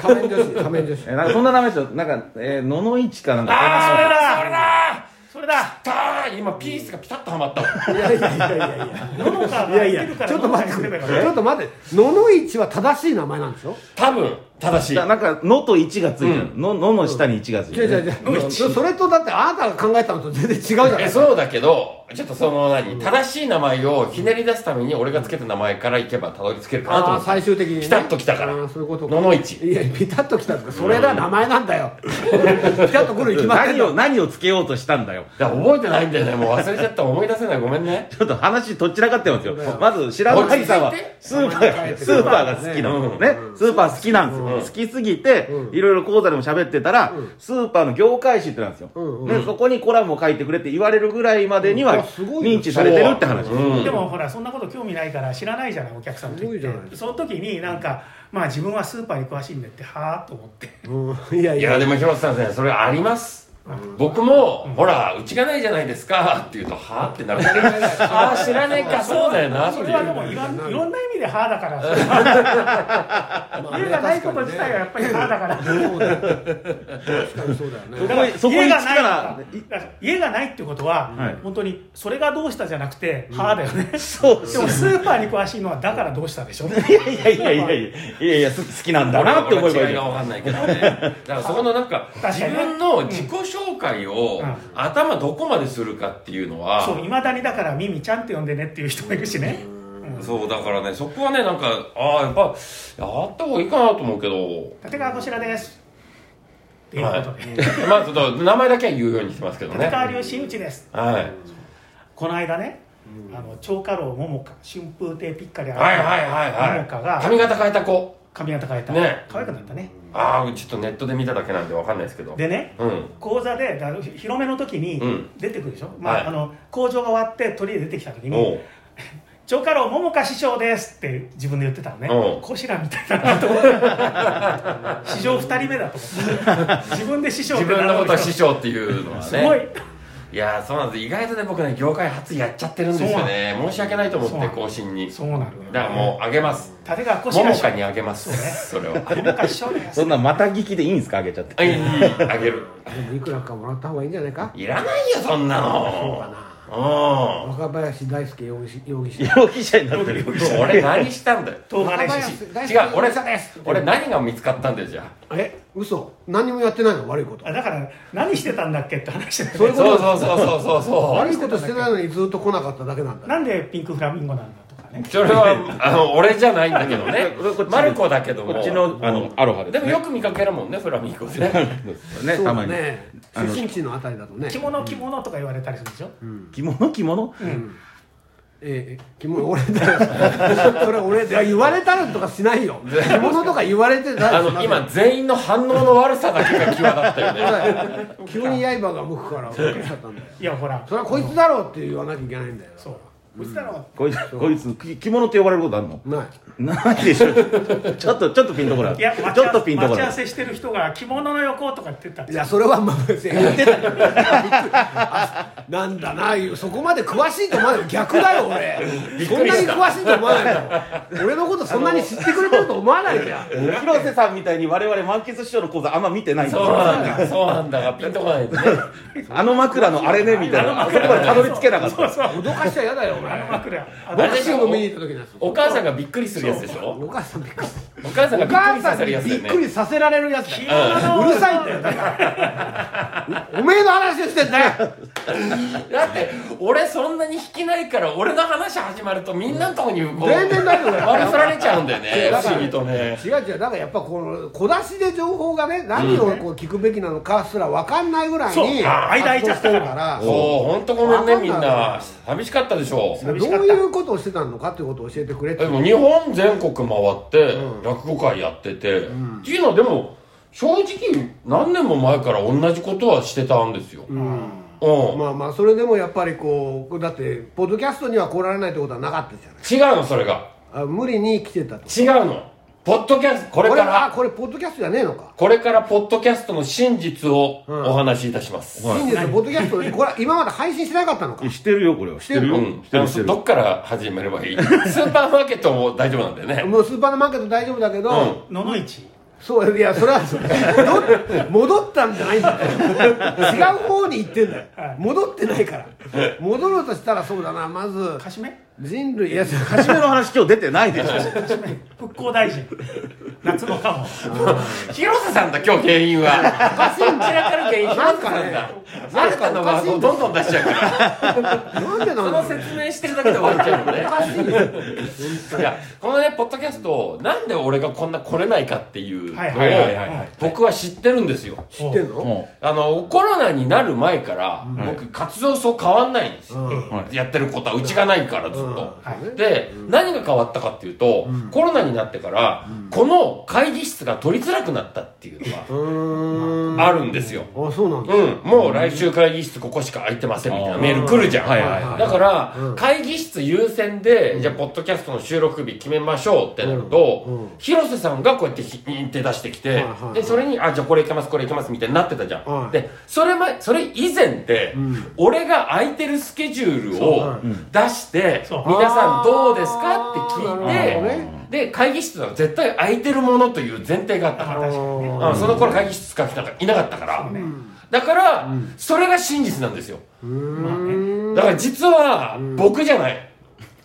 [SPEAKER 4] 仮面 [LAUGHS] 女子仮面女子
[SPEAKER 1] えなんかそんな名前ですよなんか、えー、野々市かなんかそんな名前
[SPEAKER 2] あーそれだ
[SPEAKER 3] それだ
[SPEAKER 2] それだー今ピースがピタッとはまったわ
[SPEAKER 4] いやいやいやいやいや
[SPEAKER 3] ののかが
[SPEAKER 4] いやい
[SPEAKER 3] 言ってるか
[SPEAKER 4] や、
[SPEAKER 3] ら
[SPEAKER 4] ちょっと待ってく
[SPEAKER 3] のの
[SPEAKER 4] れ。
[SPEAKER 3] か
[SPEAKER 4] ち
[SPEAKER 3] にすばいい
[SPEAKER 4] ょっと待って。野々市は正しい名前なんでしょ
[SPEAKER 2] 多分正しい
[SPEAKER 1] だからなんか「の」と「一がついてる「
[SPEAKER 2] う
[SPEAKER 1] の」のの下に「一がつい
[SPEAKER 4] 違
[SPEAKER 1] て
[SPEAKER 4] う違
[SPEAKER 1] る、
[SPEAKER 4] う違う。それとだってあなたが考えたのと全然違うじゃな
[SPEAKER 2] え
[SPEAKER 4] い
[SPEAKER 2] そうだけどちょっとその何正しい名前をひねり出すために俺がつけた名前からいけばたどり着けるかなと
[SPEAKER 4] あ
[SPEAKER 2] 思
[SPEAKER 4] あ、
[SPEAKER 2] って
[SPEAKER 4] 最終的にね。
[SPEAKER 2] ピタッと来たから
[SPEAKER 4] あーそういうこと
[SPEAKER 2] 野々市
[SPEAKER 4] いや、ピタッと来たんですか。それだ、名前なんだよ。ピタッと来るに決まって
[SPEAKER 1] 何
[SPEAKER 4] んだ
[SPEAKER 1] を何をつけようとしたんだよ
[SPEAKER 2] だから覚えてないんだよねもう忘れちゃった思い出せないごめんね
[SPEAKER 1] ちょっと話どちらかってますよ
[SPEAKER 4] そうだよ
[SPEAKER 1] まず白野アリさんは
[SPEAKER 2] 落ち着いて
[SPEAKER 1] スーパ
[SPEAKER 4] 名前変え
[SPEAKER 1] ー
[SPEAKER 4] て
[SPEAKER 1] スーパーが好きなのねスーパー好きなんですよ好きすぎて
[SPEAKER 4] うん
[SPEAKER 1] いろいろ講座でも喋ってたらスーパーの業界誌ってなんですよ
[SPEAKER 4] うんうん
[SPEAKER 1] ねそこにコラムを書いてくれって言われるぐらいまでには
[SPEAKER 4] うんあすごいね
[SPEAKER 1] 認知されてるって話です
[SPEAKER 2] うん
[SPEAKER 3] でもほらそんなこと興味ないから知らないじゃないお客さんと言っ
[SPEAKER 4] すごいじゃない
[SPEAKER 3] てその時になんかまあ自分はスーパーに詳しいんでってはあと思って
[SPEAKER 4] うんいや
[SPEAKER 2] い
[SPEAKER 4] い
[SPEAKER 2] や
[SPEAKER 4] や。
[SPEAKER 2] でも広瀬さんねそれあります僕も、ほら、うちがないじゃないですかって言うと、はぁってなる。ああ、知らねえか、そうだよな、って
[SPEAKER 3] そ
[SPEAKER 2] いう
[SPEAKER 3] れはでもいろんいろんな意味ではあだ
[SPEAKER 4] [LAUGHS]
[SPEAKER 3] からそれは
[SPEAKER 4] まあね
[SPEAKER 3] 家がないこと自体は。やっぱりはあだから
[SPEAKER 4] 確かにね確かにそうだよ
[SPEAKER 1] そ
[SPEAKER 4] ね。
[SPEAKER 1] こにそこに
[SPEAKER 3] 家
[SPEAKER 1] 行
[SPEAKER 3] が
[SPEAKER 1] く
[SPEAKER 3] ない
[SPEAKER 1] か
[SPEAKER 3] からだから家がないってことは、
[SPEAKER 1] はい
[SPEAKER 3] 本当にそれがどうしたじゃなくて、はあだよ
[SPEAKER 2] [LAUGHS]
[SPEAKER 3] ね
[SPEAKER 1] そう
[SPEAKER 3] でもスーパーに詳しいのはだからどうしたでしょ
[SPEAKER 1] いやいやいやいやいやいやいやす好きなんだなって思えばいい
[SPEAKER 2] 違いが分かんないけどねだからそこのなんか
[SPEAKER 3] 確
[SPEAKER 2] 自
[SPEAKER 3] かにね
[SPEAKER 2] 分の自己紹介を
[SPEAKER 3] うん
[SPEAKER 2] 頭どこまでするかっていうのは
[SPEAKER 3] そういまだにだからミミちゃんって呼んでねっていう人もいるしね、うん
[SPEAKER 2] そうだからねそこはねなんかああやっぱやった方がいいかなと思うけど [LAUGHS]
[SPEAKER 3] 立川こちらですっていうことで、
[SPEAKER 2] まあちょっと名前だけは言うようにしてますけど
[SPEAKER 3] [LAUGHS] 立
[SPEAKER 2] ね
[SPEAKER 3] 川流真打ちです
[SPEAKER 2] はい
[SPEAKER 3] この間ね、あの長家老桃花春風亭ピッカリ
[SPEAKER 2] はいはいはい
[SPEAKER 3] 桃花
[SPEAKER 2] はい
[SPEAKER 3] が
[SPEAKER 2] 髪型変えた子
[SPEAKER 3] 髪型変えた、
[SPEAKER 2] ね
[SPEAKER 3] 可愛くなったね
[SPEAKER 2] ああちょっとネットで見ただけなんで分かんないですけど
[SPEAKER 3] でね
[SPEAKER 2] うん
[SPEAKER 3] 講座でだ広めの時に
[SPEAKER 2] うん
[SPEAKER 3] 出てくるでしょ、まあ
[SPEAKER 2] はい
[SPEAKER 3] あの工場が終わって鳥で出てきた時
[SPEAKER 2] お
[SPEAKER 3] に
[SPEAKER 2] う
[SPEAKER 3] 「長家老桃花師匠です」って自分で言ってたのね
[SPEAKER 2] おう
[SPEAKER 3] こしらみたいだなと思って史上2人目だと思って自分で師匠
[SPEAKER 2] 自分のことは師
[SPEAKER 3] 匠
[SPEAKER 2] 匠っていうのはね
[SPEAKER 3] すごい
[SPEAKER 2] いやーそうなんです意外とね僕ね業界初やっちゃってるんですよね申し訳ないと思
[SPEAKER 3] そ
[SPEAKER 2] っ
[SPEAKER 3] うな
[SPEAKER 2] て
[SPEAKER 3] ん
[SPEAKER 2] 更新に
[SPEAKER 3] そうなるよ
[SPEAKER 2] だからもうあげます
[SPEAKER 3] 立川こしら
[SPEAKER 2] 桃
[SPEAKER 3] 師匠
[SPEAKER 2] 花にあげますそ,、れは
[SPEAKER 3] 桃花師匠です
[SPEAKER 1] そんなまた聞きでいいんですかあげちゃって
[SPEAKER 2] あいいいいあげる
[SPEAKER 4] でもいくらかもらった方がいいんじゃないか
[SPEAKER 2] いらないよそんな
[SPEAKER 4] そう
[SPEAKER 2] の
[SPEAKER 4] かな。
[SPEAKER 2] う
[SPEAKER 4] 若林大輔容疑者容疑者。
[SPEAKER 1] 容疑者になってる
[SPEAKER 2] んもう俺何したんだよ
[SPEAKER 3] 東金
[SPEAKER 4] 若
[SPEAKER 3] 師
[SPEAKER 4] 林大輔
[SPEAKER 2] 違う
[SPEAKER 4] 容
[SPEAKER 2] 俺
[SPEAKER 4] 疑者です。
[SPEAKER 2] 俺何が見つかったんだよじゃあ
[SPEAKER 4] え、嘘。何もやってないの悪いこと
[SPEAKER 3] あ。だから何してたんだっけって話だよ
[SPEAKER 4] そうい
[SPEAKER 3] ね
[SPEAKER 4] う
[SPEAKER 2] そ
[SPEAKER 4] こ
[SPEAKER 2] う
[SPEAKER 4] と
[SPEAKER 2] そうそうそうそうそ
[SPEAKER 4] 悪いことしてないのにずっと来なかっただけなんだ
[SPEAKER 3] なんでピンクフラミンゴなんだとかね
[SPEAKER 2] うそれはあの俺じゃないんだけど
[SPEAKER 4] [LAUGHS]
[SPEAKER 2] ね
[SPEAKER 1] これこっち
[SPEAKER 2] マルコだけど
[SPEAKER 1] こ
[SPEAKER 2] も
[SPEAKER 1] っちのあのアロハです
[SPEAKER 2] でもよく見かけるもんねフラミンゴでね
[SPEAKER 4] [LAUGHS]
[SPEAKER 1] ね
[SPEAKER 4] そう
[SPEAKER 1] た
[SPEAKER 4] だ
[SPEAKER 1] まに
[SPEAKER 4] ね
[SPEAKER 1] あの
[SPEAKER 4] 出身地のあたりだとね
[SPEAKER 3] 着物着物とか言われたりするでしょ、
[SPEAKER 1] 着物着物
[SPEAKER 4] ええ着物俺だよそれ俺だよ言われたらとかしないよ着物とか言われてない
[SPEAKER 2] あの今全員の反応の悪さだけが際立った
[SPEAKER 4] [LAUGHS]
[SPEAKER 2] よね
[SPEAKER 4] 急に刃が向くからびっくりしちゃったんだよ
[SPEAKER 3] いやほら
[SPEAKER 4] それはこいつだろうって言わなきゃいけないんだよ
[SPEAKER 3] そうこいつだろ
[SPEAKER 1] こいつこいつき着物って呼ばれることあるの
[SPEAKER 4] ない
[SPEAKER 1] ないでしょちょっとちょっとピンとこない
[SPEAKER 3] いや
[SPEAKER 1] ちょっとピンとこ
[SPEAKER 3] 待ち合
[SPEAKER 1] な
[SPEAKER 3] わ
[SPEAKER 1] い
[SPEAKER 3] せしてる人が着物の横とかって言ったんで
[SPEAKER 4] い
[SPEAKER 3] す
[SPEAKER 4] やそれはまあ別に言ってたよびっくりあなんだないうそこまで詳しいと思わない逆だよ俺
[SPEAKER 2] びっ
[SPEAKER 4] そん
[SPEAKER 2] くり
[SPEAKER 4] なに
[SPEAKER 2] した
[SPEAKER 4] 詳しいと思わないよ俺のことそんなに知ってくれてると思わないじゃん [LAUGHS]
[SPEAKER 1] 広瀬さんみたいに我々満喫師匠の講座あんま見てないんです
[SPEAKER 2] そう
[SPEAKER 1] よ
[SPEAKER 2] なんだそうなんだがピンとこないんですね
[SPEAKER 1] あの枕のあれねみたいなあそこまでたどり着けなかった
[SPEAKER 4] 脅かしちゃ嫌だよお前
[SPEAKER 3] 枕あ
[SPEAKER 4] [LAUGHS] ボクシング見に行った時です
[SPEAKER 2] お母さんがびっくりするやつでしょ
[SPEAKER 4] お母さんびっくりした
[SPEAKER 2] お母さんが
[SPEAKER 4] お
[SPEAKER 2] びっく
[SPEAKER 4] 母
[SPEAKER 2] り
[SPEAKER 4] さ
[SPEAKER 2] さ
[SPEAKER 4] ん
[SPEAKER 2] せる
[SPEAKER 4] に
[SPEAKER 2] やつだ
[SPEAKER 4] び
[SPEAKER 2] よ
[SPEAKER 4] っ
[SPEAKER 2] ね
[SPEAKER 4] くりさせられるやつだよ
[SPEAKER 3] 着物の
[SPEAKER 4] [LAUGHS] うるさいんだよだからおめえの話をしてんだよ
[SPEAKER 2] だって俺そんなに引きないから俺の話始まるとみんなのとこにこう
[SPEAKER 4] 全然大丈夫だよ
[SPEAKER 2] 割り振られちゃうんだよね
[SPEAKER 4] [LAUGHS] だ
[SPEAKER 2] 不
[SPEAKER 4] から
[SPEAKER 2] 思議とね
[SPEAKER 4] 違う違うだからやっぱこの小出しで情報がね何をこう聞くべきなのかすら分かんないぐらい
[SPEAKER 3] そう
[SPEAKER 4] に
[SPEAKER 3] あ間空いちゃった
[SPEAKER 4] 発表してるから
[SPEAKER 2] そう本当ごめんねみん
[SPEAKER 4] わかんな
[SPEAKER 2] な寂しかったでしょ
[SPEAKER 4] どう
[SPEAKER 3] 寂しかった
[SPEAKER 4] いうことをしてたのかっていうことを教えてくれって
[SPEAKER 2] でも日本全国回って落語会やってて、っていうのはでも正直何年も前から同じことはしてたんですよ、うん
[SPEAKER 4] まあまあそれでもやっぱりこうだってポッドキャストには来られないってことはなかったじゃない
[SPEAKER 2] 違うのそれが
[SPEAKER 4] あ無理に来てたと
[SPEAKER 2] 違うのポッドキャストこれ
[SPEAKER 4] こ
[SPEAKER 2] か
[SPEAKER 4] れあ
[SPEAKER 2] ら
[SPEAKER 4] これポッドキャストじゃねえのか
[SPEAKER 2] これからポッドキャストの真実をお話しいたします、
[SPEAKER 1] はい
[SPEAKER 4] 真実ポッドキャストこれ今まで配信してなかったのか
[SPEAKER 1] してるよこれはしてるよ、
[SPEAKER 2] うん
[SPEAKER 1] して
[SPEAKER 2] でも
[SPEAKER 1] るして
[SPEAKER 2] そ
[SPEAKER 1] る
[SPEAKER 2] どっから始めればいい [LAUGHS] スーパーマーケットも大丈夫なんだよね
[SPEAKER 4] もうスーパーマーケット大丈夫だけど、
[SPEAKER 2] うん
[SPEAKER 3] 野々市
[SPEAKER 4] そういやそれはど戻ったんじゃないんだよ違う方に行ってんだよ戻ってないから戻ろうとしたらそうだなまず
[SPEAKER 3] かしめ
[SPEAKER 4] 人類いや
[SPEAKER 1] 初めの話今日出てないでしょ
[SPEAKER 3] 復興大臣夏のかも
[SPEAKER 2] 広瀬さんだ今日原因は散らかる原因広瀬さんだ
[SPEAKER 4] なんかね
[SPEAKER 2] 新たなワードをどんどん出しちゃうから
[SPEAKER 4] なんでな
[SPEAKER 2] そ
[SPEAKER 4] ん
[SPEAKER 2] の
[SPEAKER 4] だろう
[SPEAKER 2] 説明してるだけで終わっちゃうのね。いや、このね、ポッドキャストを、なんで俺がこんな来れないかっていうの
[SPEAKER 3] は
[SPEAKER 2] を
[SPEAKER 3] いは
[SPEAKER 1] は
[SPEAKER 3] い
[SPEAKER 1] いはい
[SPEAKER 3] はい
[SPEAKER 2] 僕は知ってるんですよ。
[SPEAKER 4] 知ってんの
[SPEAKER 1] も
[SPEAKER 2] あの、コロナになる前から、僕、活動そう変わんないんですよ。
[SPEAKER 1] はい
[SPEAKER 2] やってることは、うちがないから、ずっと。
[SPEAKER 3] はい
[SPEAKER 2] で、何が変わったかっていうと、コロナになってから、この会議室が取りづらくなったっていう
[SPEAKER 4] う
[SPEAKER 2] の
[SPEAKER 4] ーん
[SPEAKER 2] があるんですよ。
[SPEAKER 4] あそうなんだ
[SPEAKER 2] うん、もう来週会議室ここしか空いてませんみたいなメール来るじゃん。
[SPEAKER 1] はいはい
[SPEAKER 4] はい
[SPEAKER 2] だから、
[SPEAKER 4] うん
[SPEAKER 2] 会議室優先で、じゃあ、ポッドキャストの収録日決めましょうってなると、
[SPEAKER 4] うんうん
[SPEAKER 2] 広瀬さんがこうやって認定出してきて、
[SPEAKER 4] はいはいはい
[SPEAKER 2] で、それに、あ、じゃあこれいけます、これいけますみたいになってたじゃん。
[SPEAKER 4] はい
[SPEAKER 2] で、それ前、それ以前で、
[SPEAKER 4] ん
[SPEAKER 2] 俺が空いてるスケジュール
[SPEAKER 4] そう
[SPEAKER 2] を
[SPEAKER 4] は
[SPEAKER 2] 出して、
[SPEAKER 3] そう
[SPEAKER 2] 皆さんどうですかって
[SPEAKER 4] あー
[SPEAKER 2] 聞
[SPEAKER 4] なるほど
[SPEAKER 2] いて、
[SPEAKER 4] ね
[SPEAKER 2] で、会議室は絶対空いてるものという前提があったから。うん、その頃会議室使ってたからいなかったから、
[SPEAKER 3] そうね
[SPEAKER 2] だから、それが真実なんですよ
[SPEAKER 4] うーん
[SPEAKER 3] まあね
[SPEAKER 2] だから実は、僕じゃない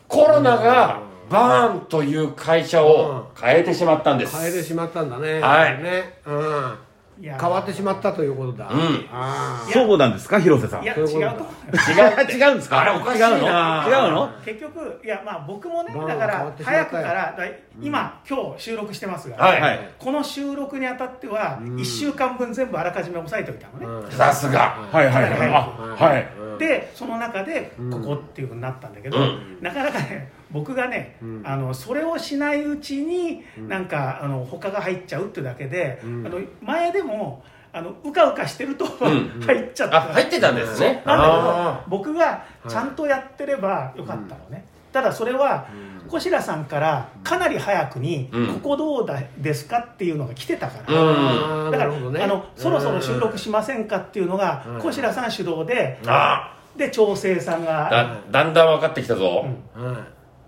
[SPEAKER 2] コロナがバーンという会社を変えてしまったんです、
[SPEAKER 4] 変えてしまったんだね
[SPEAKER 2] はい
[SPEAKER 4] ねうん
[SPEAKER 3] いや
[SPEAKER 4] 変わってしまったということだ
[SPEAKER 2] ん
[SPEAKER 4] あ
[SPEAKER 1] うそうなんですか広瀬さん
[SPEAKER 3] いや違
[SPEAKER 4] そうういうことだ
[SPEAKER 3] と思うよ
[SPEAKER 1] 違う違うんですか
[SPEAKER 2] あれおかしい
[SPEAKER 1] 違うの
[SPEAKER 2] な
[SPEAKER 1] 違うの
[SPEAKER 3] 結局いやまあ僕もね
[SPEAKER 4] まあ
[SPEAKER 3] だか
[SPEAKER 4] 変わっ
[SPEAKER 3] ら
[SPEAKER 4] てしまった
[SPEAKER 3] 早
[SPEAKER 4] よ
[SPEAKER 3] くからだい今今日収録してます
[SPEAKER 2] は
[SPEAKER 3] が
[SPEAKER 2] い、
[SPEAKER 1] はい
[SPEAKER 3] この収録にあたっては1週間分全部あらかじめ押さえておいたのね
[SPEAKER 4] ー
[SPEAKER 2] さすが
[SPEAKER 1] はいはい
[SPEAKER 3] はい
[SPEAKER 1] あはい
[SPEAKER 3] でその中でここっていうふうになったんだけど、
[SPEAKER 2] うん
[SPEAKER 3] なかなかね僕がね、あのそれをしないうちに、なんかあの他が入っちゃうっていうだけで、あの前でもあのうかうかしてると、
[SPEAKER 2] ん
[SPEAKER 3] [LAUGHS] 入っちゃっ
[SPEAKER 2] あ
[SPEAKER 3] た
[SPEAKER 2] 入ってたんですね
[SPEAKER 3] なんだ
[SPEAKER 2] あ
[SPEAKER 3] けど僕がちゃんとやってればよかったのね、ただそれは小白さんからかなり早くに
[SPEAKER 2] うん
[SPEAKER 3] 「ここどうだですか?」っていうのが来てたから、
[SPEAKER 2] うん
[SPEAKER 4] あ
[SPEAKER 3] だ
[SPEAKER 4] ー
[SPEAKER 3] から
[SPEAKER 4] なるほどね
[SPEAKER 3] あのそろそろ収録しませんかっていうのが、
[SPEAKER 4] うん
[SPEAKER 3] 小白さん主導で、
[SPEAKER 2] ーあ
[SPEAKER 3] で調整さん
[SPEAKER 2] あ
[SPEAKER 3] が
[SPEAKER 2] だだんだん分かってきたぞ、
[SPEAKER 3] うん
[SPEAKER 4] はい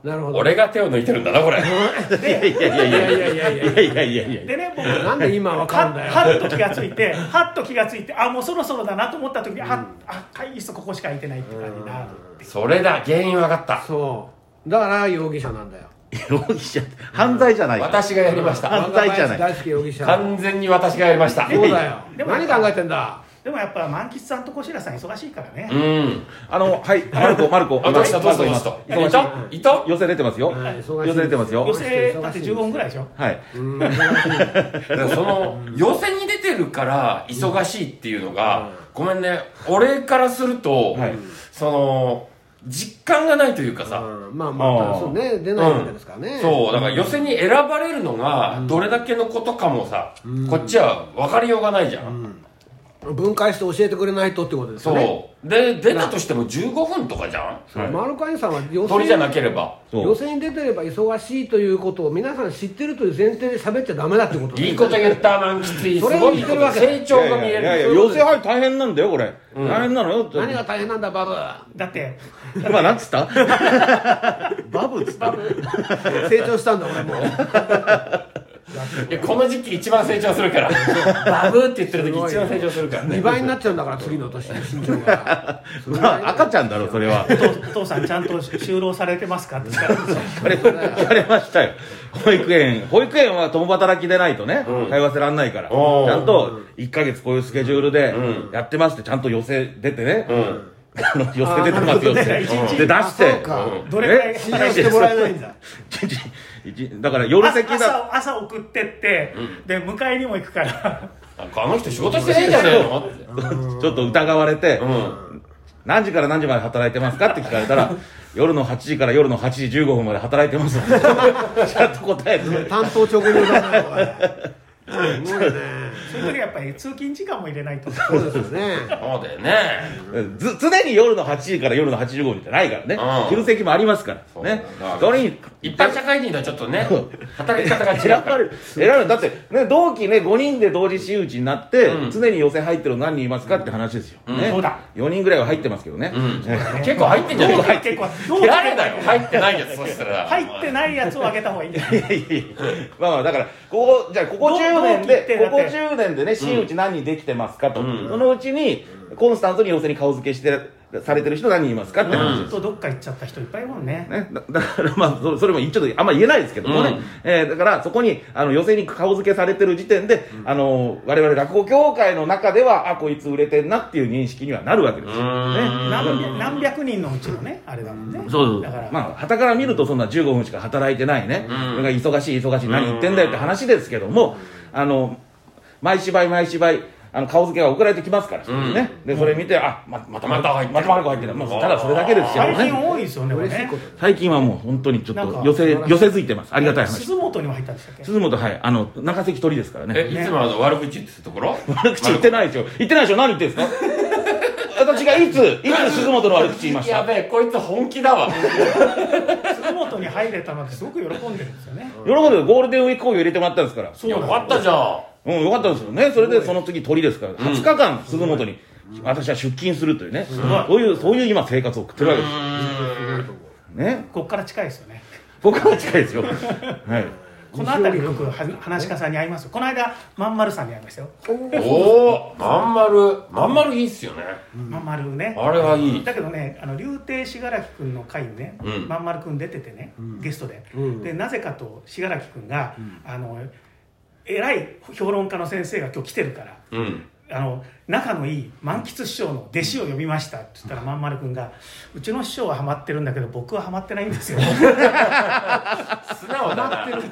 [SPEAKER 4] なるほど
[SPEAKER 2] 俺が手を抜いてるんだなこれ
[SPEAKER 1] いやいやいやいやいやいやいやいやいやいや
[SPEAKER 3] でね僕
[SPEAKER 4] なんで今わか
[SPEAKER 3] は
[SPEAKER 4] んだよ
[SPEAKER 3] はっと気がついてはっと気がついてあもうそろそろだなと思った時に、はっあ会議室ここしか空いてないって感じになるっていう
[SPEAKER 2] それだ原因分かった
[SPEAKER 4] そうだから容疑者なんだよ
[SPEAKER 1] 容疑者犯罪じゃないから
[SPEAKER 2] 私がやりました
[SPEAKER 1] 犯罪じゃない
[SPEAKER 4] 大好き容疑者
[SPEAKER 2] 完全に私がやりました
[SPEAKER 4] そうだよ
[SPEAKER 3] でも
[SPEAKER 4] 何考えてんだ
[SPEAKER 3] でもやっぱ満喫さんと小白さん忙しいからね、
[SPEAKER 2] うん
[SPEAKER 1] あのはいマルコマルコ
[SPEAKER 2] 私だ
[SPEAKER 1] マルコ
[SPEAKER 2] い
[SPEAKER 1] い
[SPEAKER 2] ま
[SPEAKER 1] ま
[SPEAKER 2] し
[SPEAKER 1] す
[SPEAKER 2] た
[SPEAKER 1] 忙し
[SPEAKER 2] いたいた
[SPEAKER 1] い寄せ出てますよ
[SPEAKER 4] はい忙しい
[SPEAKER 1] 寄せ出てます
[SPEAKER 3] 寄
[SPEAKER 1] よ
[SPEAKER 3] せだって15分ぐらいでしょ
[SPEAKER 1] はい
[SPEAKER 4] うん忙しい
[SPEAKER 2] だからその予選に出てるから忙しいっていうのが、
[SPEAKER 4] うん
[SPEAKER 2] ごめんね俺からすると、
[SPEAKER 1] はい
[SPEAKER 2] その実感がないというかさ、
[SPEAKER 4] うんまあまあ
[SPEAKER 1] あー
[SPEAKER 4] そうね出ないわけですからね
[SPEAKER 2] そうだから予選に選ばれるのがどれだけのことかもさ、こっちは分かりようがないじゃん、
[SPEAKER 4] 分解して教えてくれないとってことです
[SPEAKER 2] そう、
[SPEAKER 4] よね
[SPEAKER 2] で出たとしても15分とかじゃん
[SPEAKER 1] はい
[SPEAKER 4] マルカインさんは予
[SPEAKER 2] 鳥じゃな
[SPEAKER 4] 選
[SPEAKER 2] ければ
[SPEAKER 1] そ
[SPEAKER 4] 予
[SPEAKER 1] う
[SPEAKER 4] 選に出てれば忙しいということを皆さん知ってるという前提で喋っちゃダメだってこと
[SPEAKER 2] いいこと言った満喫いいす
[SPEAKER 4] それ
[SPEAKER 2] ご
[SPEAKER 4] を
[SPEAKER 2] いい
[SPEAKER 4] 言
[SPEAKER 2] いこ
[SPEAKER 4] ってる
[SPEAKER 2] と
[SPEAKER 4] わけ
[SPEAKER 2] 成長が見え
[SPEAKER 1] いやいや
[SPEAKER 2] る
[SPEAKER 1] いや寄せ入り大変なんだよこれ大変なのよって
[SPEAKER 4] 何が大変なんだバブ
[SPEAKER 3] だって
[SPEAKER 1] 今なんつったバブっつった
[SPEAKER 4] 成長したんだ俺もう
[SPEAKER 2] いやこの時期一番成長するからバブーって言ってる時一番成長するからね
[SPEAKER 4] 2倍になっちゃうんだから次の年身長がすごいね
[SPEAKER 1] まあ赤ちゃんだろそれは
[SPEAKER 3] お父お父さんちゃんと就労されてますかって言ったら
[SPEAKER 1] 聞かれ聞かれましたよ保育園保育園は共働きでないとね、通わせらんないからち
[SPEAKER 2] おー
[SPEAKER 1] ゃんと1ヶ月こういうスケジュールでやってますってちゃんと寄せ出てね、あの [LAUGHS] 寄せてたますよっ
[SPEAKER 4] あな
[SPEAKER 1] て
[SPEAKER 4] るほどね
[SPEAKER 1] で出し
[SPEAKER 4] あ
[SPEAKER 1] て
[SPEAKER 4] そうか
[SPEAKER 1] うん
[SPEAKER 3] どれくらい
[SPEAKER 1] え
[SPEAKER 4] 信用してもらえないんだ
[SPEAKER 1] 一日一日だから夜
[SPEAKER 3] 朝
[SPEAKER 1] 席だ
[SPEAKER 3] 朝朝送ってって、で迎えにも行くから
[SPEAKER 2] なんかあの人仕事してないんじゃねえのっ
[SPEAKER 1] [LAUGHS]
[SPEAKER 2] て
[SPEAKER 1] ちょっと疑われて、
[SPEAKER 2] うん
[SPEAKER 1] 何時から何時まで働いてますかって聞かれたら夜の8時から夜の8時15分まで働いてますってちゃんと答えて
[SPEAKER 4] 担当直入だなこれすごいね
[SPEAKER 3] そういう時はやっぱり通勤時間も入れないと
[SPEAKER 4] そうですよね
[SPEAKER 2] そうだよね
[SPEAKER 1] ず常に夜の8時から夜の8時15分じゃないからね、
[SPEAKER 2] うん
[SPEAKER 1] 昼席もありますからね
[SPEAKER 2] そうだ
[SPEAKER 1] それに
[SPEAKER 2] 一般社会人とはちょっとね働き方が違
[SPEAKER 1] 選
[SPEAKER 2] う
[SPEAKER 1] ば
[SPEAKER 2] か
[SPEAKER 1] れ
[SPEAKER 2] ら
[SPEAKER 1] る選ばれるだってね同期ね5人で同時私有地になって、
[SPEAKER 2] うん
[SPEAKER 1] 常に予選入ってるの何人いますかって話ですよ、ね
[SPEAKER 3] そうだ
[SPEAKER 1] 4人ぐらいは入ってますけどね、
[SPEAKER 2] うん結構入ってんじゃねえか
[SPEAKER 3] 結構
[SPEAKER 2] 誰だよ入ってないやつそしたら
[SPEAKER 3] 入ってないやつをあげた方がいいんだよ
[SPEAKER 1] いやいやいや [LAUGHS] まあまあだからここじゃあここ10年
[SPEAKER 3] 同期っ
[SPEAKER 1] で
[SPEAKER 3] てだって
[SPEAKER 1] ここ10年でね真打ち何人できてますかと、
[SPEAKER 2] ん
[SPEAKER 1] そのうちにコンスタントに寄せに顔付けしてされてる人何人いますかって話
[SPEAKER 3] ず
[SPEAKER 1] で
[SPEAKER 3] っ
[SPEAKER 1] す、
[SPEAKER 3] とどっか行っちゃった人いっぱいいるもんね
[SPEAKER 1] ね、だ [LAUGHS] だからまあそそれもちょっとあんま言えないですけどもね、
[SPEAKER 2] うん
[SPEAKER 1] えーだからそこにあの寄せに顔付けされてる時点で、あの我々落語協会の中ではあこいつ売れてんなっていう認識にはなるわけですよ、ね
[SPEAKER 2] う、ん
[SPEAKER 1] な
[SPEAKER 3] 何百何百人のうちのねあれだもんね
[SPEAKER 1] そうそう
[SPEAKER 3] だから、
[SPEAKER 1] まあはたから見るとそんな15分しか働いてないね、それが忙しい忙しい何言ってんだよって話ですけども、あの毎芝居毎芝居あの顔付けが送られてきますから、ね、でそれ見てあままた
[SPEAKER 2] また入って
[SPEAKER 1] ま
[SPEAKER 2] る
[SPEAKER 1] たまた入ってる、まあ、ただそれだけですよ
[SPEAKER 3] 最近
[SPEAKER 1] ね
[SPEAKER 3] 多いですよねこれ
[SPEAKER 4] 嬉しい
[SPEAKER 3] ね
[SPEAKER 4] こと
[SPEAKER 1] 最近はもう本当にちょっ
[SPEAKER 3] なんか
[SPEAKER 1] と寄せ寄せ付いてますありがたい話
[SPEAKER 3] 鈴本にも入ったんでしたっけ
[SPEAKER 1] 鈴本はいあの中関取ですから
[SPEAKER 2] え
[SPEAKER 1] ね
[SPEAKER 2] いつもあの悪口言ってたところ
[SPEAKER 1] 悪口言ってないでしょ言ってないでしょ何言ってんですか私がいついつ鈴本の悪口言いました
[SPEAKER 2] やべえこいつ本気だわ
[SPEAKER 3] 鈴本に入れたのってすごく喜んでるんですよね
[SPEAKER 1] 喜んでゴールデンウィーク講義を入れてもらったんですから
[SPEAKER 3] そう
[SPEAKER 2] よ
[SPEAKER 3] なん
[SPEAKER 2] かったじゃん
[SPEAKER 1] うん、よかったですよね。それでその次鳥ですから、20日間鈴本に私は出勤するというね、そういうそういう今生活を送ってるわけですよ。ね、
[SPEAKER 3] こっから近いですよね
[SPEAKER 1] 僕は近いですよ。 [LAUGHS] はい。
[SPEAKER 3] この辺りよくは話し家さんに会いますよこの間まんまるさんに会いましたよ
[SPEAKER 2] おおまんまるまんまるいいっすよね
[SPEAKER 3] まんまるね
[SPEAKER 2] あれはいい
[SPEAKER 3] だけどねあの竜亭信楽君の回にね、
[SPEAKER 2] うん
[SPEAKER 3] まんまる君出ててね、ゲストで、
[SPEAKER 4] うん
[SPEAKER 3] でなぜかと信楽君が、あの偉い評論家の先生が今日来てるから
[SPEAKER 2] うん
[SPEAKER 3] あの仲のいい満喫師匠の弟子を呼びましたって言ったらまんまる君が「うちの師匠はハマってるんだけど僕はハマってないんです
[SPEAKER 4] [LAUGHS]
[SPEAKER 3] よ」
[SPEAKER 2] 素直だなあいつ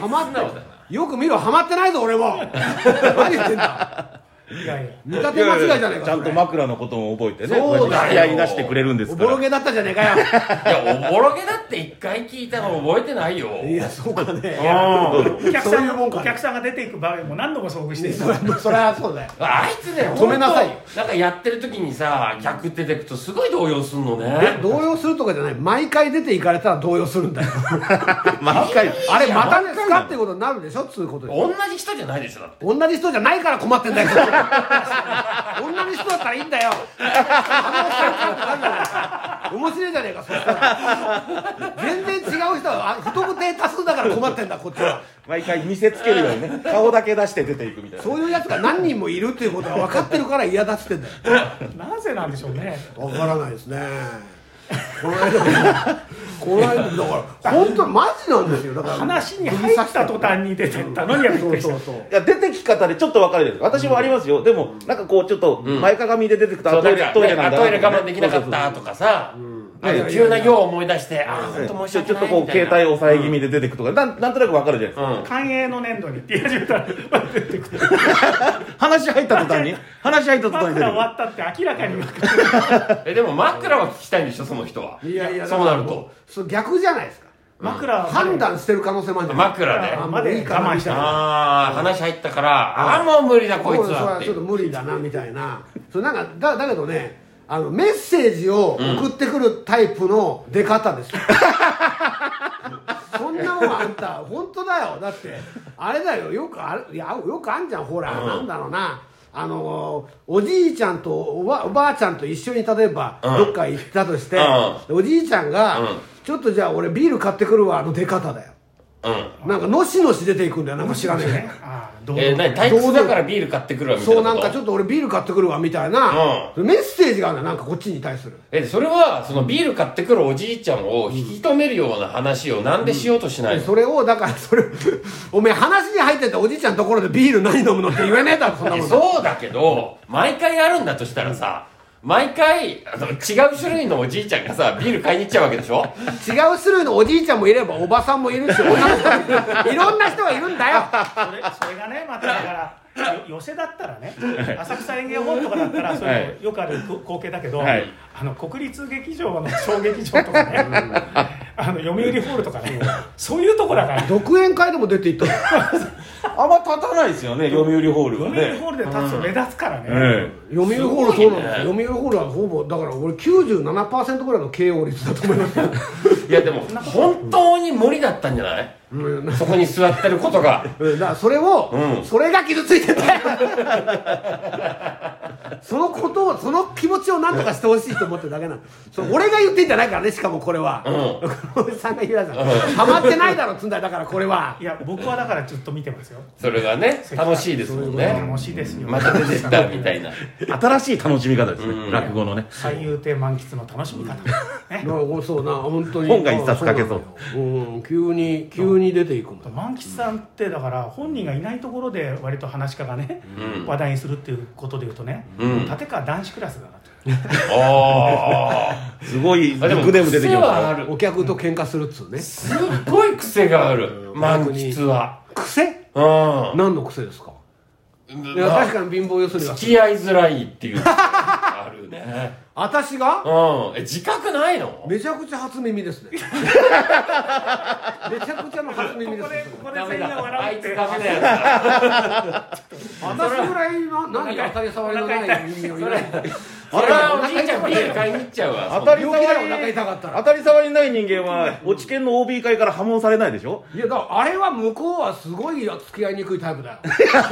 [SPEAKER 2] 素直だな
[SPEAKER 4] よく見ろハマってないぞ俺も何言ってんだ
[SPEAKER 3] いやいや
[SPEAKER 4] 見立て間違いじゃないか
[SPEAKER 1] ちゃんと
[SPEAKER 4] それ
[SPEAKER 1] 枕のことも覚えてね、
[SPEAKER 2] そうだよ
[SPEAKER 1] やり出してくれるんで
[SPEAKER 4] お
[SPEAKER 1] すか
[SPEAKER 4] ぼろ
[SPEAKER 1] ら。
[SPEAKER 4] げだったじゃねえかよ
[SPEAKER 2] いやおぼろげだって一回聞いたの覚えてないよ
[SPEAKER 4] いやそうかね
[SPEAKER 2] うん
[SPEAKER 3] お客さ
[SPEAKER 4] そうんいうもんか
[SPEAKER 3] お客さんが出ていく場合も何度も遭遇している
[SPEAKER 4] [LAUGHS] そりゃ [LAUGHS] そりゃそうだよ
[SPEAKER 2] あいつね
[SPEAKER 4] 止めなさいよ
[SPEAKER 2] ほんとなんかやってる時にさ客出てくとすごい動揺すんのね
[SPEAKER 4] 動揺するとかじゃない毎回出て行かれたら動揺するんだよ
[SPEAKER 1] 毎回。
[SPEAKER 4] あれまたですかってことになるでしょつうことで
[SPEAKER 2] 同じ人じゃないでしょだって
[SPEAKER 4] 同じ人じゃないから困ってんだよ [LAUGHS] 同じ人だったらいいんだよあの人だったらなんだよ面白いじゃねえかそしたら全然違う人はあ不特定多数だから困ってんだこっちは
[SPEAKER 1] 毎回見せつけるようにね、顔だけ出して出ていくみたいな。
[SPEAKER 4] そういうやつが何人もいるっていうことは分かってるから嫌だっつってんだよ
[SPEAKER 3] なぜなんでしょうね
[SPEAKER 4] わからないですね。この間も、この間もだから、本当にマジなんですよ。だから
[SPEAKER 3] 話に入った途端に出てったのにはびっ
[SPEAKER 4] そ
[SPEAKER 3] く
[SPEAKER 4] う
[SPEAKER 3] りした
[SPEAKER 4] そうそう。
[SPEAKER 1] いや出てき方でちょっと分かれてる私もありますよ、でもなんかこうちょっと前かがみで出てくと、
[SPEAKER 2] そ
[SPEAKER 1] あ
[SPEAKER 2] うな
[SPEAKER 1] ト
[SPEAKER 2] ん
[SPEAKER 1] イレ
[SPEAKER 2] か
[SPEAKER 1] トイレな
[SPEAKER 2] ね
[SPEAKER 1] んだ
[SPEAKER 2] あ
[SPEAKER 1] な
[SPEAKER 2] トイレ我慢できなか
[SPEAKER 1] そ
[SPEAKER 2] っ
[SPEAKER 1] うそうそう
[SPEAKER 2] たとかさあ
[SPEAKER 1] ね
[SPEAKER 2] の急な行を思い出してあーほんと申し
[SPEAKER 1] ちょ
[SPEAKER 2] 訳
[SPEAKER 1] ちょっ
[SPEAKER 2] な
[SPEAKER 1] と
[SPEAKER 2] い
[SPEAKER 1] こ
[SPEAKER 2] み
[SPEAKER 1] う
[SPEAKER 2] たい
[SPEAKER 1] 携
[SPEAKER 2] な
[SPEAKER 1] 帯押さえ気味で出てくとかなんなんとなく分かるじゃないですか、
[SPEAKER 2] うん
[SPEAKER 3] 寛永の年度にって言い始めたら出てくる
[SPEAKER 1] 話入った途端に
[SPEAKER 2] [LAUGHS]
[SPEAKER 1] 話入った途端に出て
[SPEAKER 3] 枕終
[SPEAKER 1] くる
[SPEAKER 3] わったって明らかに分かる
[SPEAKER 2] えでも枕は聞きたいんでしょその人はい
[SPEAKER 4] やいや、
[SPEAKER 2] そうなると
[SPEAKER 4] そう逆じゃないですか。
[SPEAKER 3] 枕は
[SPEAKER 4] 判断してる可能性もあるんじゃない
[SPEAKER 2] 枕で
[SPEAKER 4] あ
[SPEAKER 3] まで我慢したら
[SPEAKER 2] ああ話入ったからああもう無理だこいつ
[SPEAKER 4] も
[SPEAKER 2] はって
[SPEAKER 4] うそれちょっと無理だなみたいな。そうなんかだだけどね、あのメッセージを送ってくるタイプの出方
[SPEAKER 2] [LAUGHS]
[SPEAKER 4] ですよ。そんなもんあんた本当だよ。だってあれだよ。よくあるいやよくあんじゃん。ほら、なんだろうな。あのおじいちゃんとおばおばあちゃんと一緒に例えば
[SPEAKER 2] うん
[SPEAKER 4] どっか行ったとして、
[SPEAKER 2] う
[SPEAKER 4] おじいちゃんが、
[SPEAKER 2] うん
[SPEAKER 4] ちょっとじゃあ俺ビール買ってくるわ」の出方だよ
[SPEAKER 2] うん
[SPEAKER 4] なんかのしのし出ていくんだよなんか知らねえけど
[SPEAKER 3] ああどう
[SPEAKER 2] えー、何退屈だからビール買ってくるわみたい
[SPEAKER 4] そ
[SPEAKER 2] な
[SPEAKER 4] う
[SPEAKER 2] こと
[SPEAKER 4] なんかちょっと俺ビール買ってくるわみたいな、メッセージがあるのなんかこっちに対する
[SPEAKER 2] えそれはそのビール買ってくるおじいちゃんを引き止めるような話をなんでしようとしないの、
[SPEAKER 4] それをだからそれ [LAUGHS] おめえ話に入ってたおじいちゃんのところでビール何飲むのって言えねえだろそんなも
[SPEAKER 2] え
[SPEAKER 4] ん
[SPEAKER 2] そうだけど毎回やるんだとしたらさ毎回あの違う種類のおじいちゃんがさビール買いに行っちゃうわけでしょ
[SPEAKER 4] 違う種類のおじいちゃんもいればおばさんもいるし女の人もいるいろんな人がいるんだよ
[SPEAKER 3] それそれがねまただからよ寄せだったらね浅草演芸ホールとかだったらそ
[SPEAKER 1] は
[SPEAKER 3] れ
[SPEAKER 1] い
[SPEAKER 3] よくある光光景だけど、
[SPEAKER 1] はい
[SPEAKER 3] あの国立劇場の小劇場とかね、 [LAUGHS] あの読売ホールとかねそういうとこだから
[SPEAKER 4] 独演会でも出ていったの
[SPEAKER 1] あんま立たないですよね読売ホール
[SPEAKER 3] 読
[SPEAKER 1] は
[SPEAKER 3] 売
[SPEAKER 1] ね
[SPEAKER 3] ホールで立つと目立つからね、
[SPEAKER 1] え
[SPEAKER 4] 読売ホールそうなんですよ、読売ホールはほぼだから俺97%ぐらいの KO 率だと思いますよ
[SPEAKER 2] いやでも本当に無理だったんじゃない
[SPEAKER 4] うん
[SPEAKER 2] そこに座ってることが
[SPEAKER 4] うんだからそれを、
[SPEAKER 2] うん
[SPEAKER 4] それが傷ついてたよそのことをその気持ちをなんとかしてほしいと思ってるだけなのそれ俺が言ってんじゃないからねしかもこれは、おじさんが言うやつだハマってないだろっつうんだよだからこれはい
[SPEAKER 3] や僕はだからずっと見てますよ
[SPEAKER 2] それがね楽しいですもんね
[SPEAKER 3] 楽しいですよ、
[SPEAKER 2] また出てったみた [LAUGHS] いな
[SPEAKER 1] え新しい楽しみ方ですね落語のね
[SPEAKER 3] 三遊亭満喫の楽しみ方、ね
[SPEAKER 4] なおそうな本当に
[SPEAKER 1] 本が一冊書けそう
[SPEAKER 4] う、ん、急に急に出ていくんだ
[SPEAKER 3] 満喫さんってだから本人がいないところで割と話し家がね、
[SPEAKER 2] うん
[SPEAKER 3] 話題にするっていうことでいうとね、
[SPEAKER 2] うん
[SPEAKER 3] 立川男子クラスだなと
[SPEAKER 2] ああ
[SPEAKER 1] すごいニ
[SPEAKER 2] あで
[SPEAKER 1] ッ
[SPEAKER 2] も
[SPEAKER 1] クネーム出てき
[SPEAKER 2] 癖
[SPEAKER 1] ました
[SPEAKER 2] はあ
[SPEAKER 1] よ
[SPEAKER 2] る
[SPEAKER 4] お客と喧嘩するっつうね
[SPEAKER 2] すっごい癖がある満喫は
[SPEAKER 4] 癖
[SPEAKER 2] うん
[SPEAKER 4] 何の癖ですかいや確
[SPEAKER 2] ま
[SPEAKER 4] かに貧乏ゆすり
[SPEAKER 2] あ
[SPEAKER 4] は
[SPEAKER 2] 付き合いづらいっていうのがあるね
[SPEAKER 4] 私が
[SPEAKER 2] うんえ自覚ないの
[SPEAKER 4] めちゃくちゃ初耳ですねめちゃくちゃの初耳
[SPEAKER 3] ここ
[SPEAKER 4] です
[SPEAKER 3] で
[SPEAKER 4] ね
[SPEAKER 3] ここで
[SPEAKER 2] ダメ
[SPEAKER 3] 全員
[SPEAKER 2] だあ
[SPEAKER 3] が笑う
[SPEAKER 2] い
[SPEAKER 3] っ
[SPEAKER 2] つ
[SPEAKER 3] て
[SPEAKER 2] ダメだよな
[SPEAKER 4] 私ぐらいの何当たり障りのない耳を入れて
[SPEAKER 2] それはおじいちゃんビール買いに行っちゃうわ
[SPEAKER 1] 当たり
[SPEAKER 4] 病気だよお
[SPEAKER 1] 障
[SPEAKER 4] 腹
[SPEAKER 1] り
[SPEAKER 4] 痛かったら
[SPEAKER 1] 当たり障りない人間は落ち研の OB 会から破門されないでしょ
[SPEAKER 4] いやだからあれは向こうはすごい付き合いにくいタイプだよ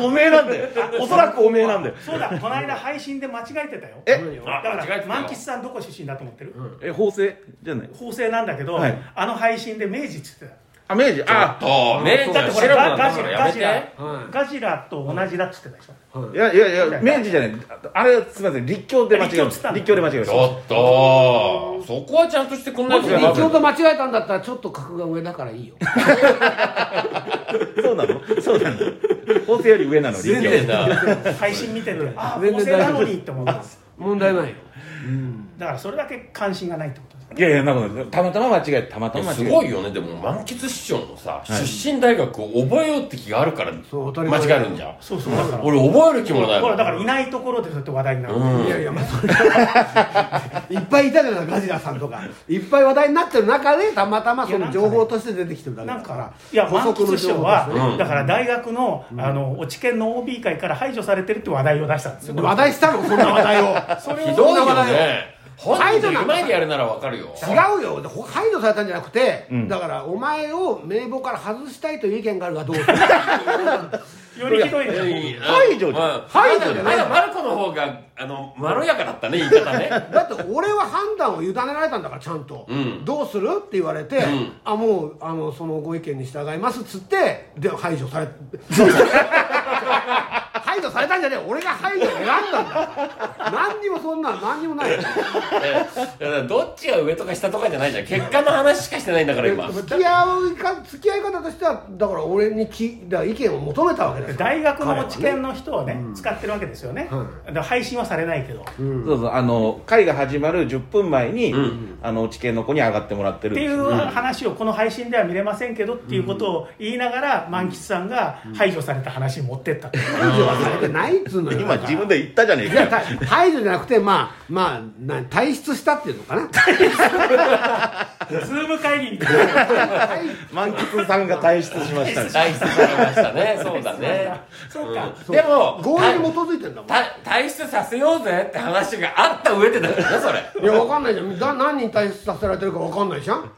[SPEAKER 1] [LAUGHS] おめえなんだよおそらくおめえなんだよ
[SPEAKER 3] そうだこの間配信で間違えてたよ
[SPEAKER 1] え
[SPEAKER 4] 何よ
[SPEAKER 3] だか
[SPEAKER 2] あ間違えてた
[SPEAKER 3] ら
[SPEAKER 2] よ
[SPEAKER 3] 満喫さんどこ出身だと思ってる、
[SPEAKER 1] え法制じゃない
[SPEAKER 3] 法政なんだけど、
[SPEAKER 1] はい
[SPEAKER 3] あの配信で明治って言って
[SPEAKER 1] あ明治あ
[SPEAKER 2] とねえち
[SPEAKER 3] ただ
[SPEAKER 2] ゃ
[SPEAKER 3] っ
[SPEAKER 2] ん
[SPEAKER 3] て
[SPEAKER 2] シ
[SPEAKER 3] ほ
[SPEAKER 2] ロ
[SPEAKER 3] ら
[SPEAKER 2] な
[SPEAKER 3] ガ
[SPEAKER 2] ん
[SPEAKER 3] ガ
[SPEAKER 2] だ
[SPEAKER 3] ジ
[SPEAKER 2] からや
[SPEAKER 3] ラガ
[SPEAKER 2] め
[SPEAKER 3] ジ
[SPEAKER 2] て
[SPEAKER 3] ラ、
[SPEAKER 4] はい
[SPEAKER 3] ガジラと同じだっつってたでしょ
[SPEAKER 1] いやいやいや明治じゃないあれすみません立教で間違えま
[SPEAKER 3] 立教っつっ
[SPEAKER 1] したた
[SPEAKER 3] の
[SPEAKER 1] 立教で間違えま
[SPEAKER 2] ち
[SPEAKER 1] した
[SPEAKER 2] ょっとそこはちゃんとしてこんな
[SPEAKER 4] も
[SPEAKER 2] やつ
[SPEAKER 4] し
[SPEAKER 2] が
[SPEAKER 4] 一応と間違えたんだったらちょっと格が上だからいいよ
[SPEAKER 1] そうなのそうなの法制より上なの立教
[SPEAKER 2] 全然だ
[SPEAKER 3] 配信見ててああ法
[SPEAKER 4] 全然
[SPEAKER 3] 政
[SPEAKER 4] 大丈
[SPEAKER 3] な
[SPEAKER 4] 夫
[SPEAKER 3] のにって思ったんです
[SPEAKER 4] 問題ないよ
[SPEAKER 3] だからそれだけ関心がないってことです
[SPEAKER 1] いやいやなるほどたまたま間違えたたまたま間違え
[SPEAKER 2] すごいよねでも満喫師匠のさ、出身大学を覚えようって気があるから
[SPEAKER 4] そう当たり
[SPEAKER 2] 間
[SPEAKER 4] 前
[SPEAKER 2] 違えるんじゃん
[SPEAKER 3] そうそうだから
[SPEAKER 2] 俺覚える気もない
[SPEAKER 3] ほ
[SPEAKER 2] も
[SPEAKER 3] ら
[SPEAKER 2] ん
[SPEAKER 3] だからいないところでそうやって話題になる、
[SPEAKER 4] いやいやまあそれいっぱいいたじゃないガジラさんとかいっぱい話題になってる中でたまたまその情報として出てきてるだけ
[SPEAKER 3] な
[SPEAKER 4] だ
[SPEAKER 3] ん
[SPEAKER 4] か
[SPEAKER 3] からいや
[SPEAKER 4] 補
[SPEAKER 3] 満
[SPEAKER 4] 足
[SPEAKER 3] 喫
[SPEAKER 4] の情報です
[SPEAKER 3] 師
[SPEAKER 4] ね
[SPEAKER 3] 匠は、だから大学のあの落研の OB 会から排除されてるって話題を出したんですよ、
[SPEAKER 4] 話題したのそんな話題を
[SPEAKER 3] それ
[SPEAKER 2] ひ
[SPEAKER 3] を
[SPEAKER 2] どいよね本
[SPEAKER 4] 態
[SPEAKER 2] 人
[SPEAKER 4] 度
[SPEAKER 2] の
[SPEAKER 4] なんだ
[SPEAKER 2] 前でやるならわかるよ
[SPEAKER 4] 違うよでほ排除されたんじゃなくて、だからお前を名簿から外したいという意見があるがどうする
[SPEAKER 3] よりひどいね
[SPEAKER 1] 排除じゃん
[SPEAKER 2] まあ
[SPEAKER 4] 排除じゃない
[SPEAKER 2] まだまだマルコの方があのまろやかだったね言い方ね
[SPEAKER 4] だって俺は判断を委ねられたんだからちゃんと、
[SPEAKER 2] ん
[SPEAKER 4] どうするって言われて、
[SPEAKER 2] ん
[SPEAKER 4] あもうあのそのご意見に従いますっつってで排除され排除されたんじゃねえ俺が排除を選んだんだ何にもそんな何にもないよ
[SPEAKER 2] えだからどっちが上とか下とかじゃないじゃん結果の話しかしてないんだから
[SPEAKER 4] [LAUGHS]
[SPEAKER 2] 今
[SPEAKER 4] 付き合いか付き合い方としてはだから俺にきだから意見を求めたわけですよ
[SPEAKER 3] 大学の知見の人をね、使ってるわけですよね、だから配信はされないけど、
[SPEAKER 1] そうそうあの会が始まる10分前に、あの知見の子に上がってもらってる
[SPEAKER 3] っていう話をこの配信では見れませんけどっていうことを言いながら満喫さんが排除された話に持ってった、
[SPEAKER 4] 排除はされてないっつうのよ
[SPEAKER 1] 今自分で言ったじゃねえ
[SPEAKER 4] いや
[SPEAKER 1] か
[SPEAKER 4] [LAUGHS] た
[SPEAKER 1] よ
[SPEAKER 4] 排除じゃなくてまあまあな退出したっていうのかな
[SPEAKER 3] ズーム会議みたい
[SPEAKER 4] 退
[SPEAKER 1] 満喫さんが退出しました
[SPEAKER 2] 大出されましたねそうだね
[SPEAKER 3] そうか、
[SPEAKER 2] でも
[SPEAKER 4] 合意に基づいてんだもん
[SPEAKER 2] た退出させようぜって話があった上でだからねそれ
[SPEAKER 4] いやわかんないじゃんだ何人退出させられてるかわかんないじゃん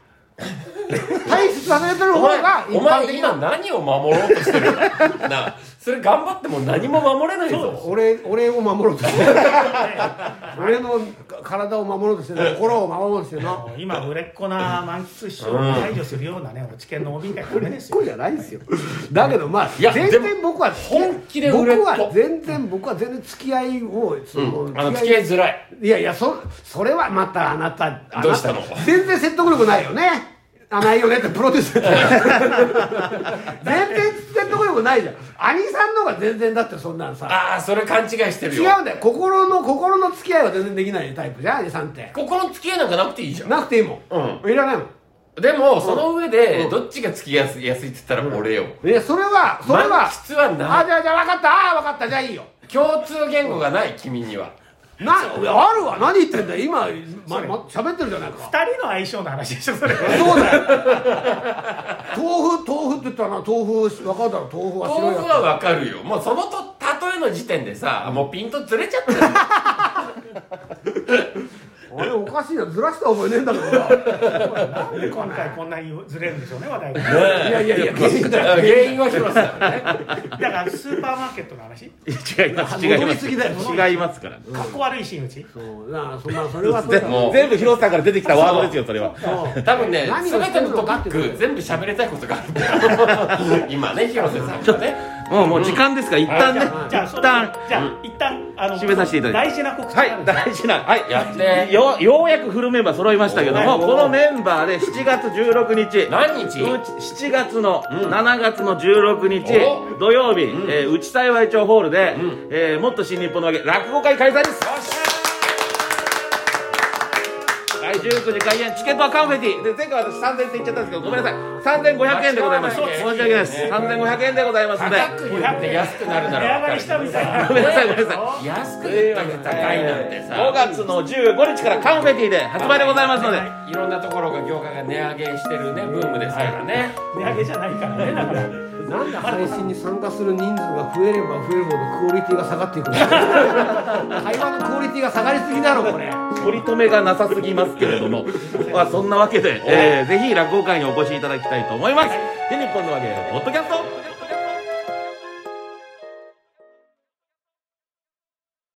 [SPEAKER 4] 退出させられてる
[SPEAKER 2] お
[SPEAKER 4] 方
[SPEAKER 2] 前
[SPEAKER 4] が一
[SPEAKER 2] お
[SPEAKER 4] 般
[SPEAKER 2] 前
[SPEAKER 4] 的
[SPEAKER 2] 今
[SPEAKER 4] な
[SPEAKER 2] 何を守ろうとしてるん
[SPEAKER 4] [LAUGHS]
[SPEAKER 2] だなあそれ頑張っても何も守れないぞ
[SPEAKER 4] 俺俺を守ろう
[SPEAKER 2] [LAUGHS]
[SPEAKER 4] としてる俺の体を守ろうとしてる心を守ろうとしてるな
[SPEAKER 3] もう今売れっ子な満喫師匠を排除するようなね落研の OB 会ダメですよ
[SPEAKER 4] こじゃないですよだけどまあ
[SPEAKER 2] いや
[SPEAKER 4] 全
[SPEAKER 2] で
[SPEAKER 4] 然
[SPEAKER 2] も
[SPEAKER 4] 僕は
[SPEAKER 2] 本気で売れっ子
[SPEAKER 4] 僕は全然僕は全然付き合いをその、
[SPEAKER 2] あの付き合いづらい
[SPEAKER 4] いやいやそそれはまたあなたあなた
[SPEAKER 2] どうしたの
[SPEAKER 4] 全然説得力ないよねあないよねってプロデュ
[SPEAKER 2] [LAUGHS]
[SPEAKER 4] ース全然説得力ないじゃん兄さんの方が全然だってそんなんさ
[SPEAKER 2] ああそれ勘違いしてる
[SPEAKER 4] 違
[SPEAKER 2] よ
[SPEAKER 4] うんだよ心の心の付き合いは全然できないタイプじゃん兄さんって
[SPEAKER 2] ここの付き合いなんかなくていいじゃん
[SPEAKER 4] なくていいもん、いらないもん
[SPEAKER 2] でもその上で
[SPEAKER 4] ん
[SPEAKER 2] どっちが付き合いやすいって言ったら俺よ
[SPEAKER 4] いやそれはそれ
[SPEAKER 2] 満
[SPEAKER 4] は
[SPEAKER 2] 喫はない
[SPEAKER 4] あじゃあじゃあ分かったああ分かったじゃあいいよ
[SPEAKER 2] 共通言語がない君には
[SPEAKER 4] なあるわ何言ってんだよ今まま喋ってるじゃないか
[SPEAKER 3] 二人の相性の話でしょそれ
[SPEAKER 4] そうだよ豆腐豆腐って言ったらな豆腐分かるだろ豆腐は白い
[SPEAKER 2] 豆
[SPEAKER 4] や
[SPEAKER 2] 腐はわかるよもうそのと例えの時点でさもうピンとずれちゃってる
[SPEAKER 4] つあれおかしいなずらした覚えねえんだけどな
[SPEAKER 3] なんで今回こんなにずれるんでしょうね話題が
[SPEAKER 4] いやいやいや原
[SPEAKER 2] [LAUGHS]
[SPEAKER 4] 因だよ
[SPEAKER 2] 原因は広瀬だからね
[SPEAKER 3] だからスーパーマーケットの話
[SPEAKER 1] 違います違い
[SPEAKER 4] 戻
[SPEAKER 1] ま
[SPEAKER 4] り
[SPEAKER 1] す
[SPEAKER 4] すぎだよ
[SPEAKER 1] 違いますから
[SPEAKER 3] かっこ悪い真打ち
[SPEAKER 4] そうなあそんなそれはそうだ
[SPEAKER 1] 全
[SPEAKER 4] よ
[SPEAKER 1] 部全部広瀬さんから出てきたワードですよそれは
[SPEAKER 4] そう
[SPEAKER 2] 多分ね、
[SPEAKER 4] 何
[SPEAKER 2] す
[SPEAKER 4] を
[SPEAKER 2] べ
[SPEAKER 4] して
[SPEAKER 2] て
[SPEAKER 4] る
[SPEAKER 2] のト
[SPEAKER 4] の
[SPEAKER 2] ピ
[SPEAKER 4] かってこと
[SPEAKER 2] ック全部喋りたいことがあるんだよ今ね、広瀬さんがね。
[SPEAKER 1] もうもう時間ですから一旦ね
[SPEAKER 3] じゃあ
[SPEAKER 1] 一旦
[SPEAKER 3] じゃあ一旦あの
[SPEAKER 1] 締めさせていただき
[SPEAKER 3] 大事な告知が
[SPEAKER 1] は
[SPEAKER 3] あるん
[SPEAKER 1] い
[SPEAKER 3] です
[SPEAKER 1] 大事なはい
[SPEAKER 2] やって
[SPEAKER 1] よようやくフルメンバー揃いましたけどもこのメンバーで7月16日
[SPEAKER 2] 何日
[SPEAKER 1] うち7月の、7月の16日
[SPEAKER 2] お
[SPEAKER 1] 土曜日、えー、内幸町ホールで、えーもっと新日本の上げ落語会開催ですはい、19時開演チケットはカンフェティで前回私3000円って言っちゃったんですけどごめんなさい3500円でございます
[SPEAKER 2] 間
[SPEAKER 1] 申し
[SPEAKER 2] 違いない
[SPEAKER 1] 訳ないです3500円でございますんで
[SPEAKER 2] 高く言って安くなるな
[SPEAKER 3] 値
[SPEAKER 2] ら
[SPEAKER 3] 上がりしたみたいな
[SPEAKER 1] ごめんなさいごめんなさい
[SPEAKER 2] 安く言ったって高いなんて
[SPEAKER 1] 5
[SPEAKER 2] さ、
[SPEAKER 1] 月の15日からカンフェティで発売でございますので
[SPEAKER 2] いろんなところが業界が値上げしてるね、ブームですからね。
[SPEAKER 3] 値上げじゃないからねだから
[SPEAKER 4] なんで配信に参加する人数が増えれば増えるほどクオリティが下がっていくの会話のクオリティが下がりすぎだろこれ
[SPEAKER 1] 取り留めがなさすぎますけれ
[SPEAKER 2] [LAUGHS]
[SPEAKER 1] ども、まあそんなわけで、えーぜひ落語会にお越しいただきたいと思います。で、日本のわけで、ポッドキャスト